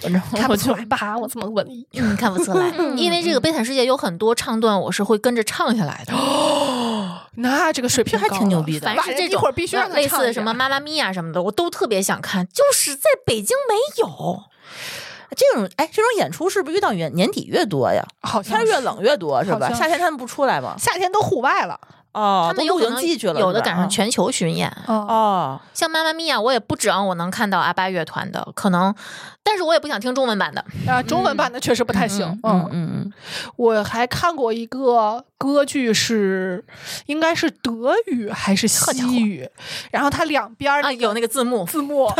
反正看 我不出就来吧？ 我这么文艺，嗯，看不出 来，因为这个《悲惨世界》有很多唱段，我是会跟着唱下来的。哦那这个水平还挺牛逼的凡是这一种会儿必须让他类唱似一什遍么《妈妈咪呀》什么的，我都特别想看，就是在北京没有。这种哎，这种演出是不是越到年年底越多呀？好像天越冷越多是好吧？像夏天他们不出来吗？夏天都户外了。哦他，都们有露可营能季去了，有的是吧啊赶上全球巡演。哦，哦，像《妈妈咪呀》，我也不指望我能看到阿巴乐团的，可能，但是我也不想听中文版的。啊，中文版的确实不太行。嗯嗯嗯，我还看过一个歌剧是，应该是德语还是西语，然后它两边儿啊，有那个字幕，字幕，然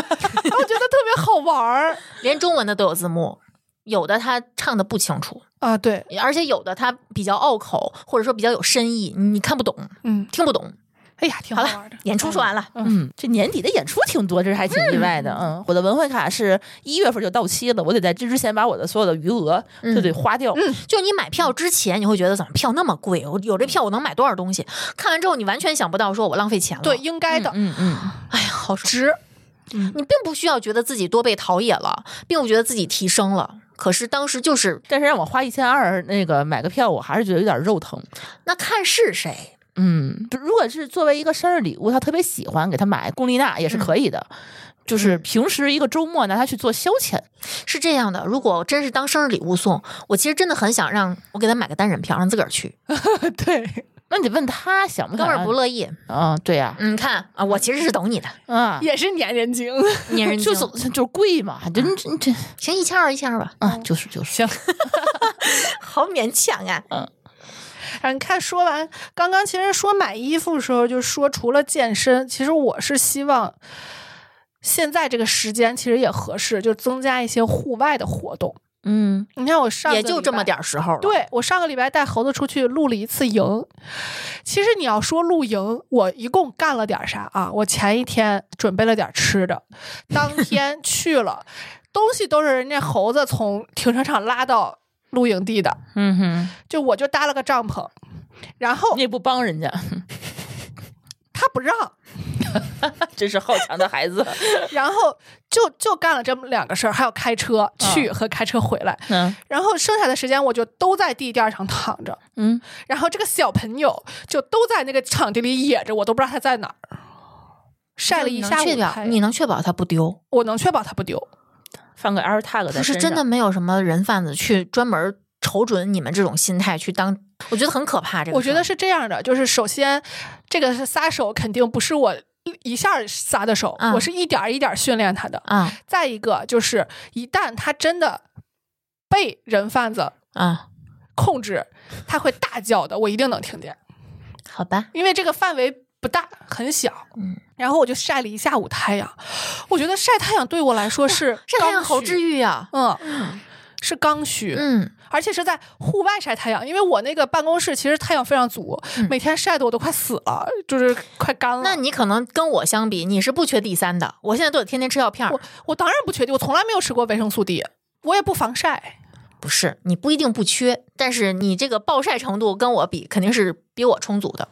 后 觉得特别好玩儿连中文的都有字幕，有的他唱的不清楚， 啊。对，而且有的他比较拗口，或者说比较有深意，你看不懂，嗯，听不懂。哎呀，挺好好了玩的。演出说完了，嗯，这年底的演出挺多，这还挺意外的。嗯，我的文汇卡是一月份就到期了，我得在这之前把我的所有的余额嗯就得花掉。就你买票之前，你会觉得怎么票那么贵？我有这票我能买多少东西？看完之后，你完全想不到说我浪费钱了。对，，应该的，嗯嗯，哎呀，好 爽！值。你并不需要觉得自己多被陶冶了，并不觉得自己提升了。可是当时就是但是让我花一千二那个买个票，我还是觉得有点肉疼。那看是谁，嗯，就如果是作为一个生日礼物，他特别喜欢，给他买龚丽娜也嗯是可以的。就是平时一个周末拿它去做消遣，是这样的。如果真是当生日礼物送，我其实真的很想让我给他买个单人票，让自个儿去。对，那你问他想不哥想们儿让？不乐意，嗯，对呀、嗯，看啊，我其实是懂你的，啊，也是粘人精。粘 人嗯就精总就是贵嘛，就嗯你这你这行一千二一千 二吧，啊，就是就是，行，好勉强啊。啊，你看，说完刚刚，其实说买衣服的时候，就说除了健身，其实我是希望现在这个时间其实也合适，就增加一些户外的活动。嗯，你看我上也个就礼这么拜点儿时候了，对我上个礼拜带猴子出去露了一次营，其实你要说露营，我一共干了点啥啊？我前一天准备了点吃的，当 天去了，东西都是人家猴子从停车场拉到露营地的，嗯哼，就我就搭了个帐篷，然后哦你也不帮人家，他不让， 真是好强的 孩子。然后就就干了这么两个事儿，还有开车嗯去和开车回来，嗯然后剩下的时间我就都在地垫上躺着。嗯，然后这个小朋友就都在那个场地里野着，我都不知道他在哪儿。晒了你一能下午太确保阳你能确保他不丢，我能确保他不丢。放个 AirTag 在不是身真的上，没有什么人贩子去专门瞅准你们这种心态去当，我觉得很可怕。这个我觉得事是这样的，就是首先，这个是撒手肯定不是我一下撒的手，嗯我是一点儿一点儿训练他的。儿啊再一个就是，一旦他真的被人贩子啊，控制，他会大叫的，我一定能听见，好吧，因为这个范围不大，很小。嗯。然后我就晒了一下午太阳，我觉得晒太阳对我来说是晒太阳刚好需治愈啊。嗯，是刚需，嗯，而且是在户外晒太阳，因为我那个办公室其实太阳非常足，嗯每天晒的我都快死了，就是快干了。那你可能跟我相比，你是不缺 D 三的，我现在都得天天吃药片儿我。我当然不确定，我从来没有吃过维生素 D，我也不防晒。不是，你不一定不缺，但是你这个暴晒程度跟我比，肯定是比我充足的。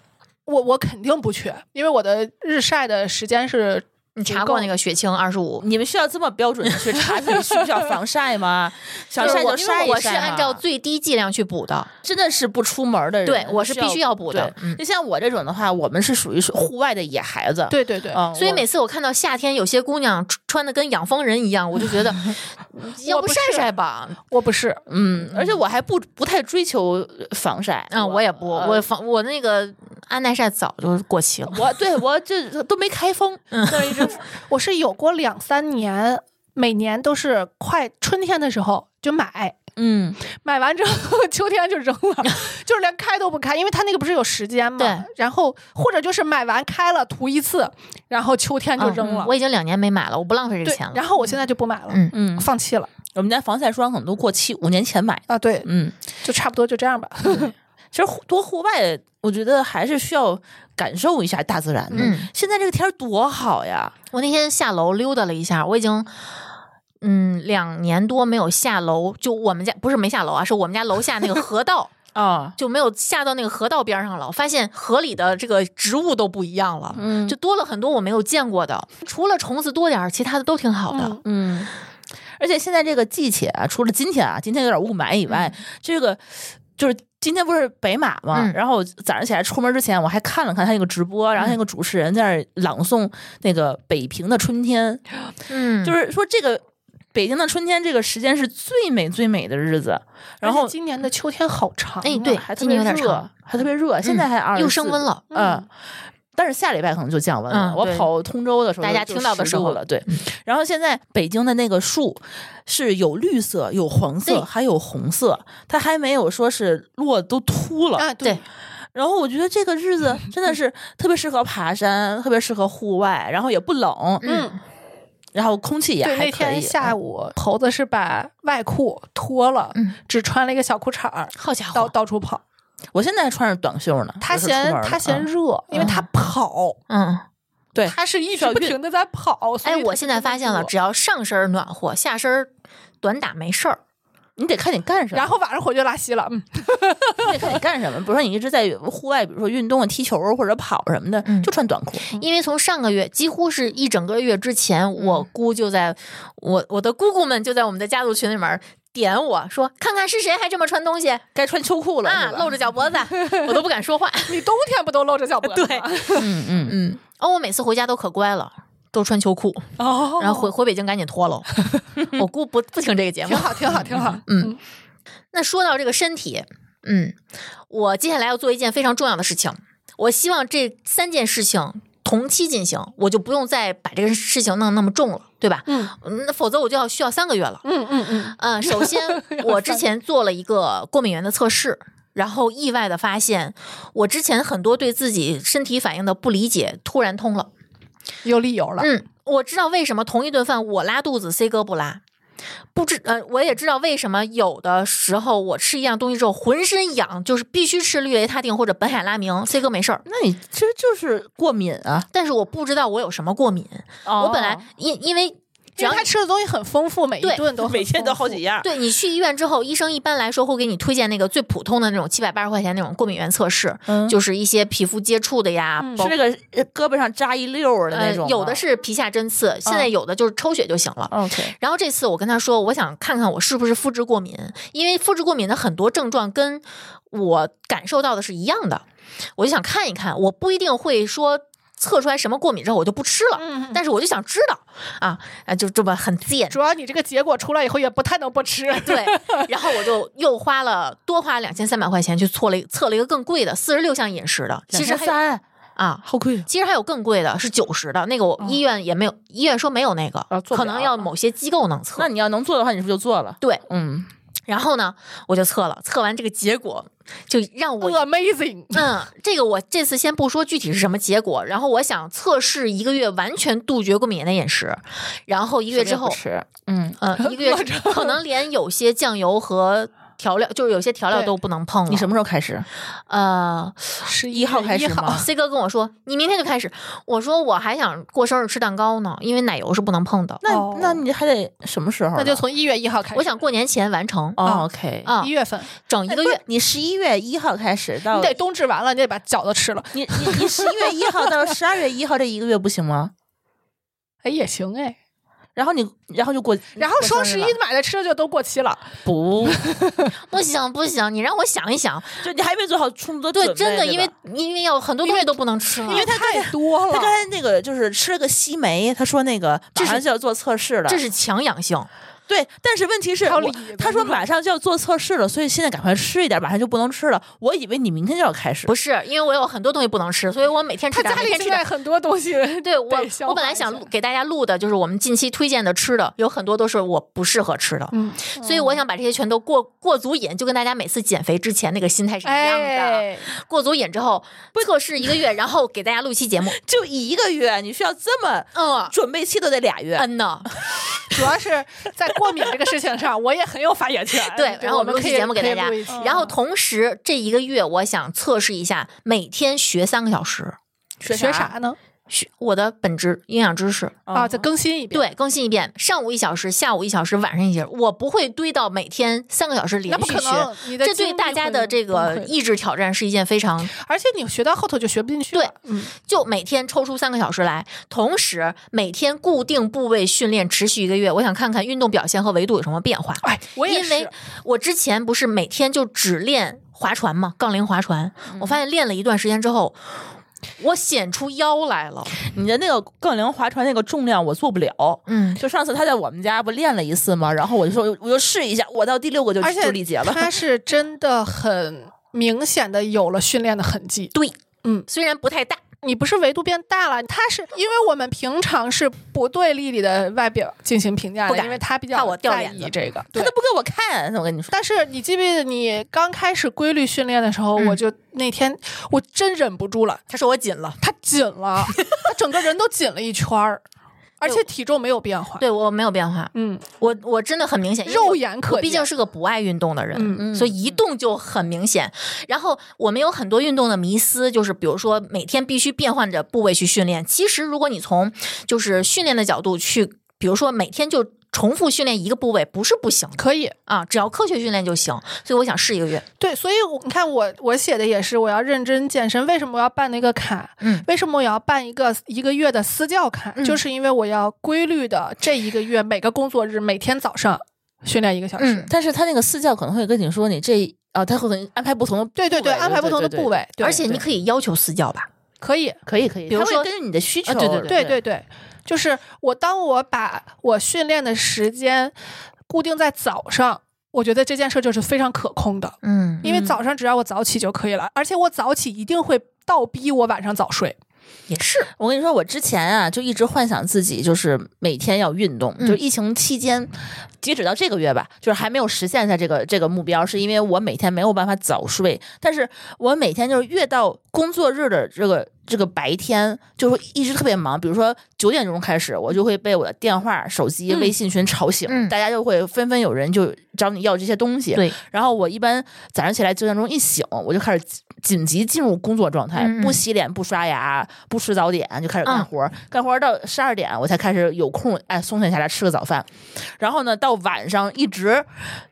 我我肯定不缺，因为我的日晒的时间是你足查够过那个血清二十五？你们需要这么标准地去查自己需不需要防 晒吗？想就是晒我就因为晒一晒嘛。我是按照最低剂量去补的。真的是不出门的人，对我是必须要补的对嗯就像我这种的话，我们是属于是户外的野孩子，对对对，嗯，所以我每次我看到夏天有些姑娘穿穿的跟养蜂人一样，我就觉得，要不晒是晒吧，我不是，嗯，而且我还不不太追求防晒，嗯，我也不，呃我防我那个安耐晒早就过期 了。我对我这都没开封，但是一直我是有过两三年，每年都是快春天的时候就买， 嗯买完之后 秋天就扔了，就是连开都不开，因为它那个不是有时间嘛。对。然后或者就是买完开了涂一次，然后秋天就扔了。嗯我已经两年没买了，我不浪费这对个钱，了。然后我现在就不买了，嗯嗯，放弃了我们家防晒霜可能都过期，五年前买的，啊。对，嗯，就差不多就这样吧。其实户多户外，我觉得还是需要感受一下大自然的。嗯现在这个天儿多好呀，我那天下楼溜达了一下，我已经。嗯，两年多没有下楼，就我们家不是没下楼啊，是我们家楼下那个河道啊，就没有下到那个河道边上了。我发现河里的这个植物都不一样了，嗯就多了很多我没有见过的，除了虫子多点儿，其他的都挺好的。嗯嗯，而且现在这个季节啊，除了今天啊，今天有点雾霾以外，这个就是今天不是北马嘛，嗯然后我早上起来出门之前，我还看了看他那个直播，然后那个主持人在那儿朗诵那个北平的春天，嗯，就是是说这个北京的春天这个时间是最美最美的日子，而然后且今年的秋天好长、啊，哎对还特今年别有点热长，嗯还特别热，现在还二、又升温，了。嗯。但是下礼拜可能就降温了。嗯我对跑通州的时候大就，家就听到的10时候度了，对。然后现在北京的那个树是有绿色、有黄对色，还有红色，它还没有说是落都秃了。啊，对对，，然后我觉得这个日子真的是特别适合爬山，特别适合户外，然后也不冷，嗯，然后空气也对，还可以。啊那天下午午，猴子是把外裤脱了，嗯只穿了一个小裤衩儿，好家到伙，到处跑。我现在还穿着短袖呢，他我是嫌出门的他嫌嗯热，因为他跑，嗯，对他是一需直要不运停的在跑。所哎，以我他就现在觉得发现了，热只要上身儿暖和，下身儿短打没事儿。你得看你干什么，然后晚上回去拉稀了，嗯，你得看你干什么。比如说你一直在户外，比如说运动、踢球或者跑什么的，嗯就穿短裤。因为从上个月几乎是一整个月之前，我姑就在我我的姑姑们就在我们的家族群里面点我说，看看是谁还这么穿东西啊，该穿秋裤了，是吧露着脚脖子，我都不敢说话。 你冬天不都露着脚脖子对吗？嗯嗯嗯，嗯，哦，我每次回家都可乖了，都穿秋裤， 哦，然后回回北京赶紧脱了。 我姑不不听这个节目挺。好，挺好，挺好。那说到这个身体，嗯，我接下来要做一件非常重要的事情，我希望这三件事情同期进行，我就不用再把这个事情弄那么重了，对吧？嗯嗯，那否则我就要需要三个月了。嗯嗯嗯，嗯，首 先我之前做了一个过敏原的测试，然后意外的发现，我之前很多对自己身体反应的不理解突然通了。有理由了。嗯，我知道为什么同一顿饭我拉肚子，C 哥不拉。不知呃，我也知道为什么有的时候我吃一样东西之后浑身痒，就是必须吃氯雷他定或者苯海拉明，C 哥没事儿。那你其实就是过敏啊！但是我不知道我有什么过敏，我本来因哦因为只因要为他吃的东西很丰富，每一对顿都很 每天都丰好富几样，对你去医院之后，医生一般来说会给你推荐那个最普通的那种七百八十块钱那种过敏原测试，嗯就是一些皮肤接触的呀，嗯包是那个呃胳膊上扎一溜儿的那种吗、啊呃有的嗯是皮下针刺，现在有的就是抽血就行了。 OK，然后这次我跟他说，我想看看我是不是肤质过敏，因为肤质过敏的很多症状跟我感受到的是一样的，我就想看一看，我不一定会说测出来什么过敏之后我就不吃了，嗯，但但是我就想知道啊啊，就这么很贱。主要你这个结果出来以后也不太能不吃。对，然后我就又花了多花两千三百块钱去测了一测了一个更贵的四十六项饮食的，其实还有三啊，好贵其实还有更贵的是九十的，那个我医院也没有，医院说没有那个，啊哦做不可了能要某些机构能测。那你要能做的话，你是不是就做了？对，嗯，然后呢，我就测了，测完这个结果就让我。 Amazing，嗯，这个我这次先不说具体是什么结果，然后我想测试一个月完全杜绝过敏原的饮食，然后一个月之后什么也不，吃，嗯，呃，一个月之可能连有些酱油和调料，就是有些调料对都不能碰了。你什么时候开始？呃十一号开始吗，C 哥跟我说你明天就开始，我说我还想过生日吃蛋糕呢，因为奶油是不能碰的，那、哦那你还得什么时候呢？那就从一月一号开始。我想过年前完成，哦哎啊 OK 啊一月份，整一一个月。你十一月一号开始到你得冬至完了，你得把饺子吃了。你你你十一月一号到十二月一号这一个月不行吗？哎，也行哎。然后你然后就过，然后双嗯过十生日一了买的吃的就都过期了，不，不行不行，你让我想一想， 就你还没做好充足的对，准备真的，因为吧因为要很多东西都不能吃了，因为太多他了。刚才那个就是吃了个西梅，他说那个这马是上就要做测试了，这是强养性。对，但是问题是还有我李他说马上就要做测试了，所以现在赶快吃一点，马上就不能吃了。我以为你明天就要开始，不是，因为我有很多东西不能吃，所以我每天吃他点，家每里天吃现在。点很多东西， 对我得，消我本化来一想下录给大家录的，就是我们近期推荐的吃的，有很多都是我不适合吃的，嗯，所以我想把这些全都过过足瘾，就跟大家每次减肥之前那个心态是一样的。哎，过足瘾之后测试一个月，然后给大家录一期节 目。就一个月，你需要这么啊嗯，准备期都得俩月。嗯 呢，。主要是在过敏这个事情上，我也很有发言权对，然后嗯我我们录可期以节目给可以大家录一期。嗯然后同时这一个月，我想测试一下，每天学三个小时，啊嗯学啥呢？学我的本职营养知识，啊，嗯再更新一遍。对，更新一遍，上午一小时，下午一小时，晚上一小时，我不会堆到每天三个小时那连不续可学能。，你的这精对力大家会的这崩个溃意志挑战是一件非常，而且你学到后头就学不进去了。嗯，就每天抽出三个小时来，同时每天固定部位训练持续一个月，我想看看运动表现和维度有什么变化。哎，我也因为是，我之前不是每天就只练划船嘛，杠铃划船，嗯我发现练了一段时间之后，我显出腰来了。你的那个杠铃划船那个重量我做不了。嗯，就上次他在我们家不练了一次吗？然后我就说，我就试一下，我到第六个就而且就力竭了。他是真的很明显的有了训练的痕迹。对，嗯，虽然不太大，你不是维度变大了，他是因为我们平常是不对丽丽的外表进行评价不的，敢因为她比较怕我掉在脸子意这个。 他对都，不给我看，我跟你说，但是你记不记得你刚开始规律训练的时候，嗯我就那天我真忍不住了，他说我紧了。她紧了， 她整个人都紧了一圈儿，而且体重没有变化。哎对我没有变化，嗯，我我真的很明显，因为我肉眼可我见。毕竟是个不爱运动的人，嗯嗯所以一动就很明显。然后我们有很多运动的迷思，就是比如说每天必须变换着部位去训练。其实如果你从就是训练的角度去，比如说每天就重复训练一个部位，不是不行的可以，啊，只要科学训练就行。所以我想试一个月，对，所以我你看我我写的也是，我要认真健身。为什么我要办那个卡？嗯，为什么我要办一个一个月的私教卡？嗯就是因为我要规律的这一个月每个工作日每天早上训练一个小时。嗯。但是他那个私教可能会跟你说，你这啊，他会给你安排不同的部位，对对对，安排不同的部，位，对而且你对可以要求私教吧，可以，可以可以，比如他会说根据你的需求，啊对对对对对，就是我当我把我训练的时间固定在早上，我觉得这件事就是非常可控的，嗯，因为早上只要我早起就可以了，而且我早起一定会倒逼我晚上早睡。也是，我跟你说，我之前啊就一直幻想自己就是每天要运动，嗯就疫情期间，截止到这个月吧，就是还没有实现在这个这个目标，是因为我每天没有办法早睡，但是我每天就是越到工作日的这个。这个白天就会一直特别忙，比如说九点钟开始，我就会被我的电话、手机、嗯微信群吵醒，嗯大家就会纷纷有人就找你要这些东西，对，然后我一般早上起来九点钟一醒，我就开始紧紧急进入工作状态，嗯嗯不洗脸、不刷牙、不吃早点，就开始干嗯活儿。干活儿到十二点，我才开始有空，哎，松懈下来吃个早饭。然后呢，到晚上一直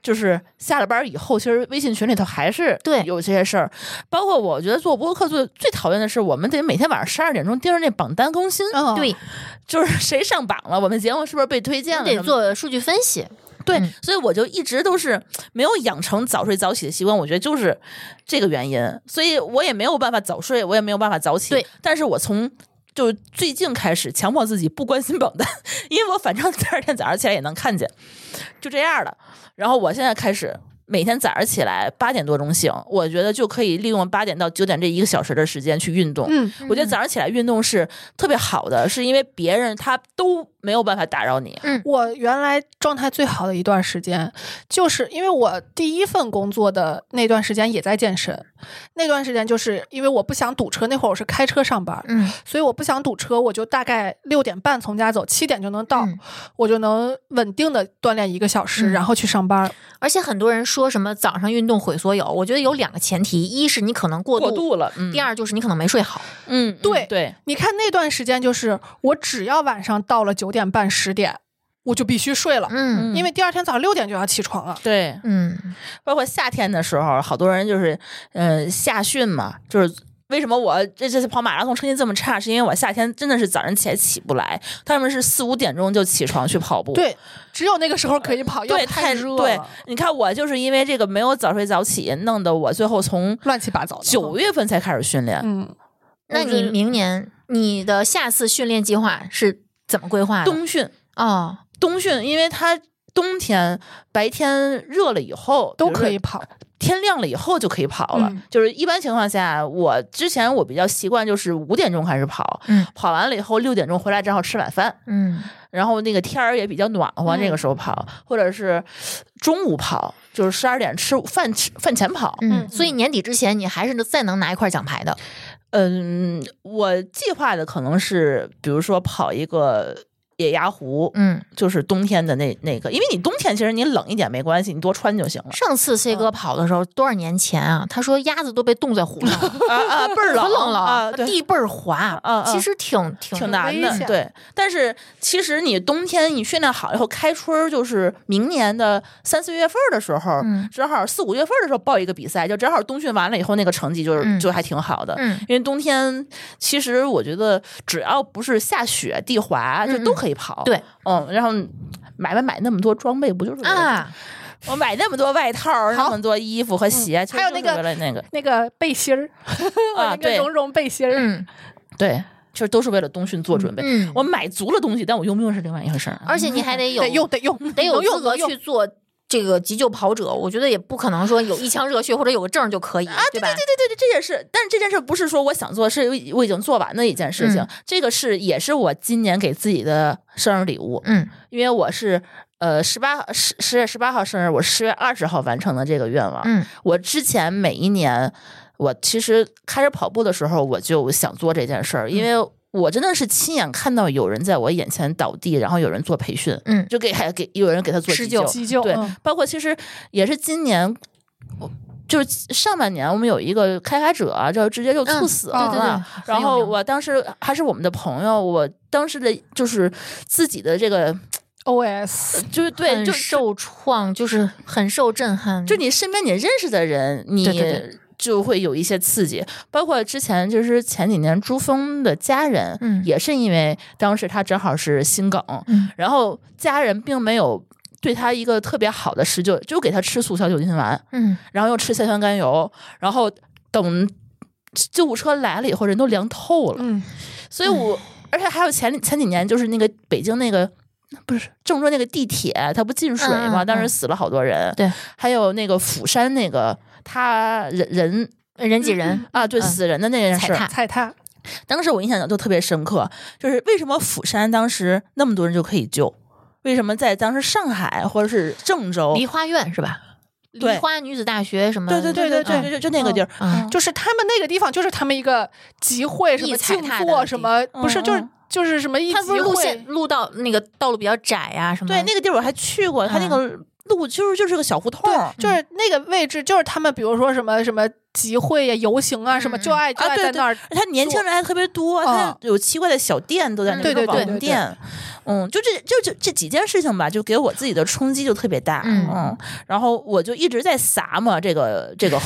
就是下了班儿以后，其实微信群里头还是对有这些事儿。包括我觉得做播客最最讨厌的是，我们得每天晚上十二点钟盯着那榜单更新，嗯，对，就是谁上榜了，我们节目是不是被推荐了什得么的？做数据分析，对，嗯所以我就一直都是没有养成早睡早起的习惯，我觉得就是这个原因，所以我也没有办法早睡，我也没有办法早起。对，但是我从就最近开始强迫自己不关心榜 单，因为我反正第二天早上起来也能看见，就这样了。然后我现在开始。每天早上起来八点多钟醒，我觉得就可以利用八点到九点这一个小时的时间去运动。嗯，我觉得早上起来运动是特别好的，是因为别人他都没有办法打扰你。我原来状态最好的一段时间，就是因为我第一份工作的那段时间也在健身，那段时间就是因为我不想堵车，那会儿我是开车上班，嗯，所以我不想堵车，我就大概六点半从家走，七点就能到，嗯我就能稳定的锻炼一个小时，嗯然后去上班。而且很多人说什么早上运动毁所有，我觉得有两个前提，一是你可能过过度了，嗯第二就是你可能没睡好，嗯，对嗯对，你看那段时间，就是我只要晚上到了九点半、十点，我就必须睡了，嗯因为第二天早上六点就要起床了。对，嗯包括夏天的时候，好多人就是，嗯、夏训嘛，就是为什么我这这次跑马拉松成绩这么差，是因为我夏天真的是早上起来起不来，他们是四五点钟就起床去跑步。对，只有那个时候可以跑，要对，不太太热对了，你看我就是因为这个没有早睡早起，弄得我最后从乱七八糟的。九月份才开始训练。嗯，那我觉你得明年你的下次训练计划是怎么规划的？冬训，哦，冬训，因为它冬天白天热了以后都比如说可以跑。天亮了以后就可以跑了。嗯就是一般情况下，我之前我比较习惯就是五点钟开始跑，嗯跑完了以后六点钟回来正好吃晚饭，嗯然后那个天儿也比较暖和，嗯那个时候跑，或者是中午跑，就是十二点吃饭吃饭前跑。嗯，所以年底之前你还是能再能拿一块奖牌的，嗯，我计划的可能是比如说跑一个。野鸭湖，嗯。就是冬天的那那个，因为你冬天其实你冷一点没关系，你多穿就行了。上次 C 嗯哥跑的时候，多少年前啊？他说鸭子都被冻在湖上了， 啊啊， 倍儿可冷了，啊！对，地倍儿滑嗯，嗯其实挺挺挺难危的，险对。但是其实你冬天你训练好以后，开春儿就是明年的三四月份儿的时候，嗯正好四五月份儿的时候报一个比赛，就正好冬训完了以后，那个成绩就是、嗯就还挺好的。嗯因为冬天其实我觉得只要不是下雪地滑，就嗯嗯都可以跑。对，嗯，然后。买买买那么多装备，不就是为了啊，我买那么多外套儿，那么多衣服和鞋，其实还有就是那个为了那个 那个背心儿，那啊，个对绒绒背心儿，嗯对，其实都是为了冬训做准备。嗯，我买足了东西，但我用不用是另外一回事儿啊。而且你还得 有得用得用得有能用资格能用去做这个急救跑者，我觉得也不可能说有一腔热血或者有个证就可以，对吧？对对对对，这件事，但是这件事不是说我想做，是我已经做完的一件事情。嗯这个是也是我今年给自己的生日礼物，嗯因为我是呃十八十十月十八号生日，我十月二十号完成的这个愿望。嗯我之前每一年，我其实开始跑步的时候，我就想做这件事儿，因嗯为我真的是亲眼看到有人在我眼前倒地，然后有人做培训，嗯就给还给有人给他做施急救救，急救。对，嗯包括其实也是今年，我就是上半年我们有一个开发者啊就直接就猝死了嗯对对对嘛，很有然后名我当时还是我们的朋友，我当时的就是自己的这个 OS 就是对很就受创，就是很受震撼，就你身边你认识的人，你对对对就会有一些刺激。包括之前就是前几年朱峰的家人，嗯也是因为当时他正好是心梗，嗯然后家人并没有对他一个特别好的施救，就给他吃速效救心丸，嗯然后又吃三酸甘油，然后等救护车来了以后，人都凉透了。嗯，所以我，而且还有前前几年就是那个北京那个不是郑州那个地铁，它不进水吗？嗯嗯当时嗯死了好多人。对，还有那个釜山那个他人人呃人挤人，啊，对，嗯死人的那件踩事儿，踏踩踏，当时我印象就特别深刻，就是为什么釜山当时那么多人就可以救？为什么在当时上海或者是郑州？梨花院是吧？梨对花女子大学什么？对对对对对，就就那个地儿。嗯，就是他们那个地方，就是他们一个集会，什么一踩静踏的坐，地什么方不是，嗯就是嗯就是什么一它集不是路会线，嗯路道那个道路比较窄啊，什么？对，嗯那个地儿我还去过，它那个路就是就是个小胡同对儿。，就是那个位置，就是他们比如说什么什么集会呀、游行啊，什么嗯嗯就爱就啊爱对在对那儿而且它年轻人还特别多，它嗯有奇怪的小店都在那嗯边，对对对网店。嗯，就这就这这几件事情吧，就给我自己的冲击就特别大。嗯然后我就一直在撒嘛这个 这个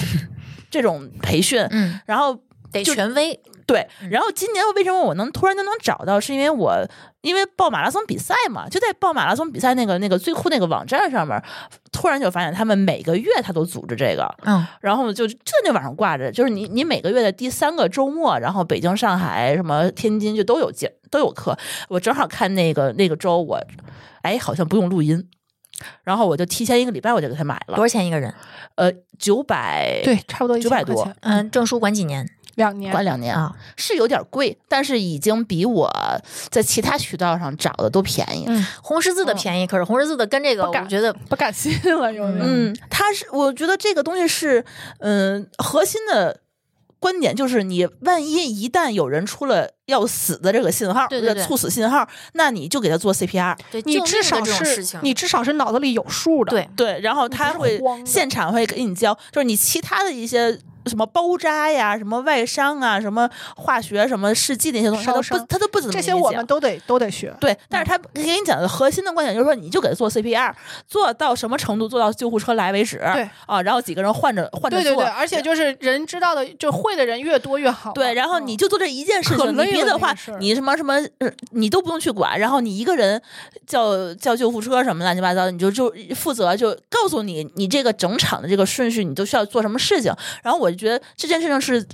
这种培训，嗯，然后得就权威，对，嗯然后今年为什么我能突然就能找到，是因为我因为报马拉松比赛嘛，就在报马拉松比赛那个那个最酷那个网站上面，突然就发现他们每个月他都组织这个，嗯然后就就在那网上挂着，就是你你每个月的第三个周末，然后北京、上海、什么天津就都有节都有课。我正好看那个那个周我，哎，好像不用录音，然后我就提前一个礼拜我就给他买多了，少钱一个人？呃，九百对，差不多900 1000块多钱嗯，证书管几年两年管两年啊？是有点贵，但是已经比我在其他渠道上找的都便宜。嗯红十字的便宜，可是红十字的跟这个，不我敢觉得不敢信了，有点。嗯，它是我觉得这个东西是，嗯，核心的观点就是，你万一一旦有人出了要死的这个信号，呃对对对猝死信号，那你就给他做 CPR，对，你救至命的少这种事是情，你至少是脑子里有数的，对，对，然后他是会慌的现场会给你教，就是你其他的一些。什么包扎呀，什么外伤啊，什么化学、什么试剂那些东西，他都烧不伤，他都不怎么这些给你我讲们都嗯得都得学。对，但是他给你讲的核心的观点就是说，你就给他做 CPR，做到什么程度，做到救护车来为止。对啊，然后几个人换着换着对做，对对，而且就是人知道的，就会的人越多越好嘛。对然后嗯你就做这一件事可情，你累别了的那话个事儿，你什么什么，呃你都不用去管，然后你一个人叫叫救护车什么乱七八糟的，你就就负责就告诉你你这个整场的这个顺序，你都需要做什么事情。然后我就觉得这件事情是，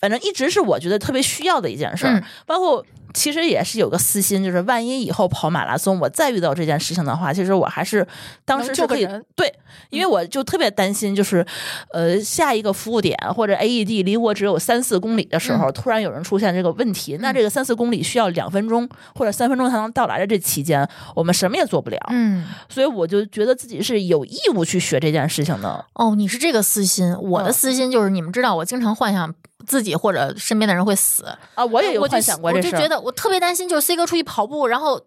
反正一直是我觉得特别需要的一件事儿，嗯包括。其实也是有个私心，就是万一以后跑马拉松，我再遇到这件事情的话，其实我还是当时能是救个可以人对，因为我就特别担心，就是呃下一个服务点或者 AED 离我只有三四公里的时候，突然有人出现这个问题，那这个三四公里需要两分钟或者三分钟才能到来的这期间，我们什么也做不了，嗯。所以我就觉得自己是有义务去学这件事情的。哦，你是这个私心，我的嗯私心就是你们知道，我经常幻想自己或者身边的人会死，啊，我也有我就幻想过我这就事觉儿得我特别担心，就是 C 哥出去跑步，然后，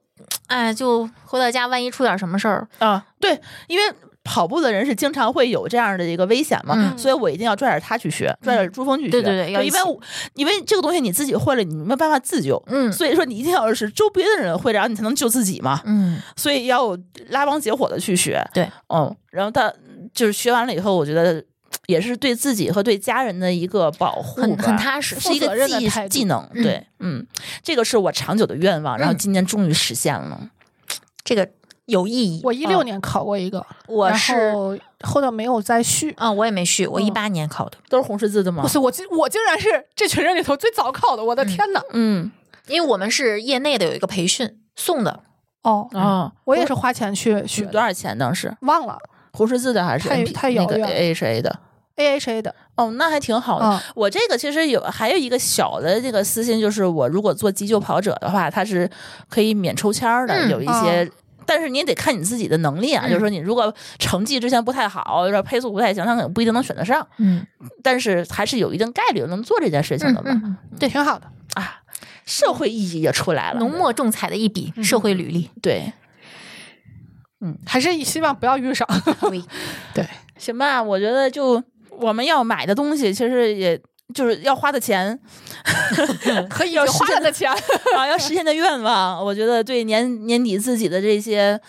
哎，就回到家万一出点什么事儿，啊，对，因为。跑步的人是经常会有这样的一个危险嘛，嗯所以我一定要拽着他去学，拽着朱峰去学。对对对要一因为起我因为这个东西你自己会了，你没办法自救，嗯所以说你一定要是周边的人会，然后你才能救自己嘛。嗯，所以要拉帮结伙的去学。对，嗯，然后他就是学完了以后，我觉得也是对自己和对家人的一个保护吧，很很踏实是一负责个任的技态度技能。嗯对，嗯，这个是我长久的愿望，然后嗯今年终于实现了。这个有意义。我一六年考过一个，我然是后后头没有再续。啊、我也没续，我嗯一八年考的，都是红十字的吗哇？塞，我竟我竟然是这群人里头最早考的，我的天哪！嗯，因为我们是业内的有一个培训送的，哦，哦，嗯我也是花钱去取学的，多少钱？当时忘了红十字的还是太 NP 太遥那个远 AHA 的？ A H A 的，哦，那还挺好的。嗯我这个其实有还有一个小的这个私心，就是我如果做急救跑者的话，它是可以免抽签儿的，嗯有一些。但是你也得看你自己的能力啊，嗯就是说你如果成绩之前不太好，就是配速不太行，他可能不一定能选得上。嗯但是还是有一定概率能做这件事情嗯的嘛。嗯，对，挺好的。啊，社会意义也出来了。嗯浓墨重彩的一笔社会履历，对，还是希望不要遇上。嗯对对，行吧，我觉得就我们要买的东西，其实也就是要花的钱，可以要花实了现的钱， 啊，要实现的愿望，我觉得对年年底自己的这些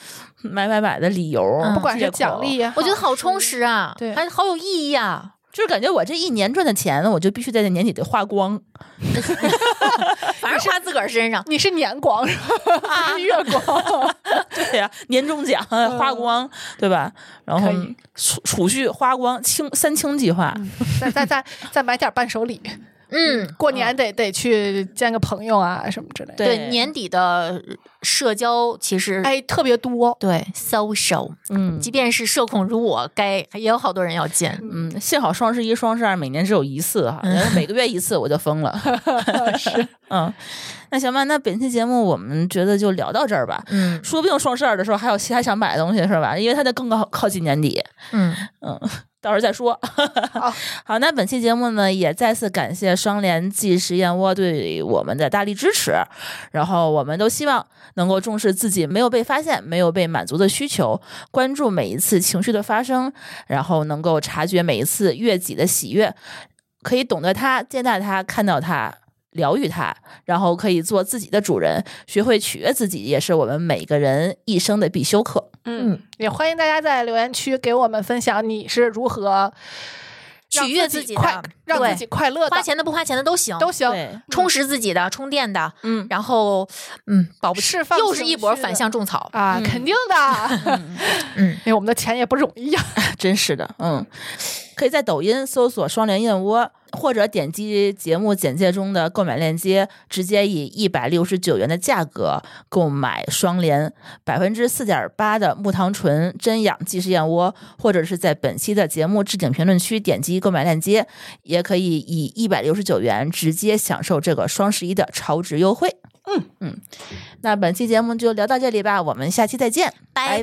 买买买的理由，嗯不管借是口奖励，也好， 我觉得好充实啊，对还好有意义啊，就是感觉我这一年赚的钱，我就必须在这年底得花光。 反正花自个儿身上，你是年光是吧？啊不是月 光，对呀、年终奖花光，对吧？然后嗯可以嗯储储蓄花光，清三清计划，再再再再买点伴手礼，嗯，过年得得去见个朋友啊什么之类的。对对，年底的社交其实哎，特别多，对 social，嗯即便是社恐如我，该也有好多人要见。嗯，幸好双十一、双十二每年只有一次哈，嗯然后每个月一次我就疯 了。是嗯，那行吧，那本期节目我们觉得就聊到这儿吧。嗯说不定双十二的时候还有其他想买的东西是吧？因为它得更靠靠近年底，嗯，到时候再说。 好好，那本期节目呢，也再次感谢双联暨实验窝对我们的大力支持。然后，我们都希望能够重视自己没有被发现、没有被满足的需求，关注每一次情绪的发生，然后能够察觉每一次悦己的喜悦，可以懂得它、接纳它、看到它。疗愈它，然后可以做自己的主人，学会取悦自己，也是我们每个人一生的必修课。嗯，也欢迎大家在留言区给我们分享你是如何让取悦自自己的快，让对自己快乐的，花钱嗯的不花钱的都行，都行。对，充实自己的、充电的，嗯，然后嗯，保不齐释放又是一波情绪的反向种草。啊，肯定 的，嗯，因为我们的钱也不容易呀。真是的，嗯，可以在抖音搜索“双联燕窝”，或者点击节目简介中的购买链接，直接以一百六十九元的价格购买双联百分之四点八的木糖醇真氧即食燕窝，或者是在本期的节目置顶评论区点击购买链接，也可以以一百六十九元直接享受这个双十一的超值优惠。嗯嗯，那本期节目就聊到这里吧，我们下期再见。拜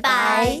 拜拜拜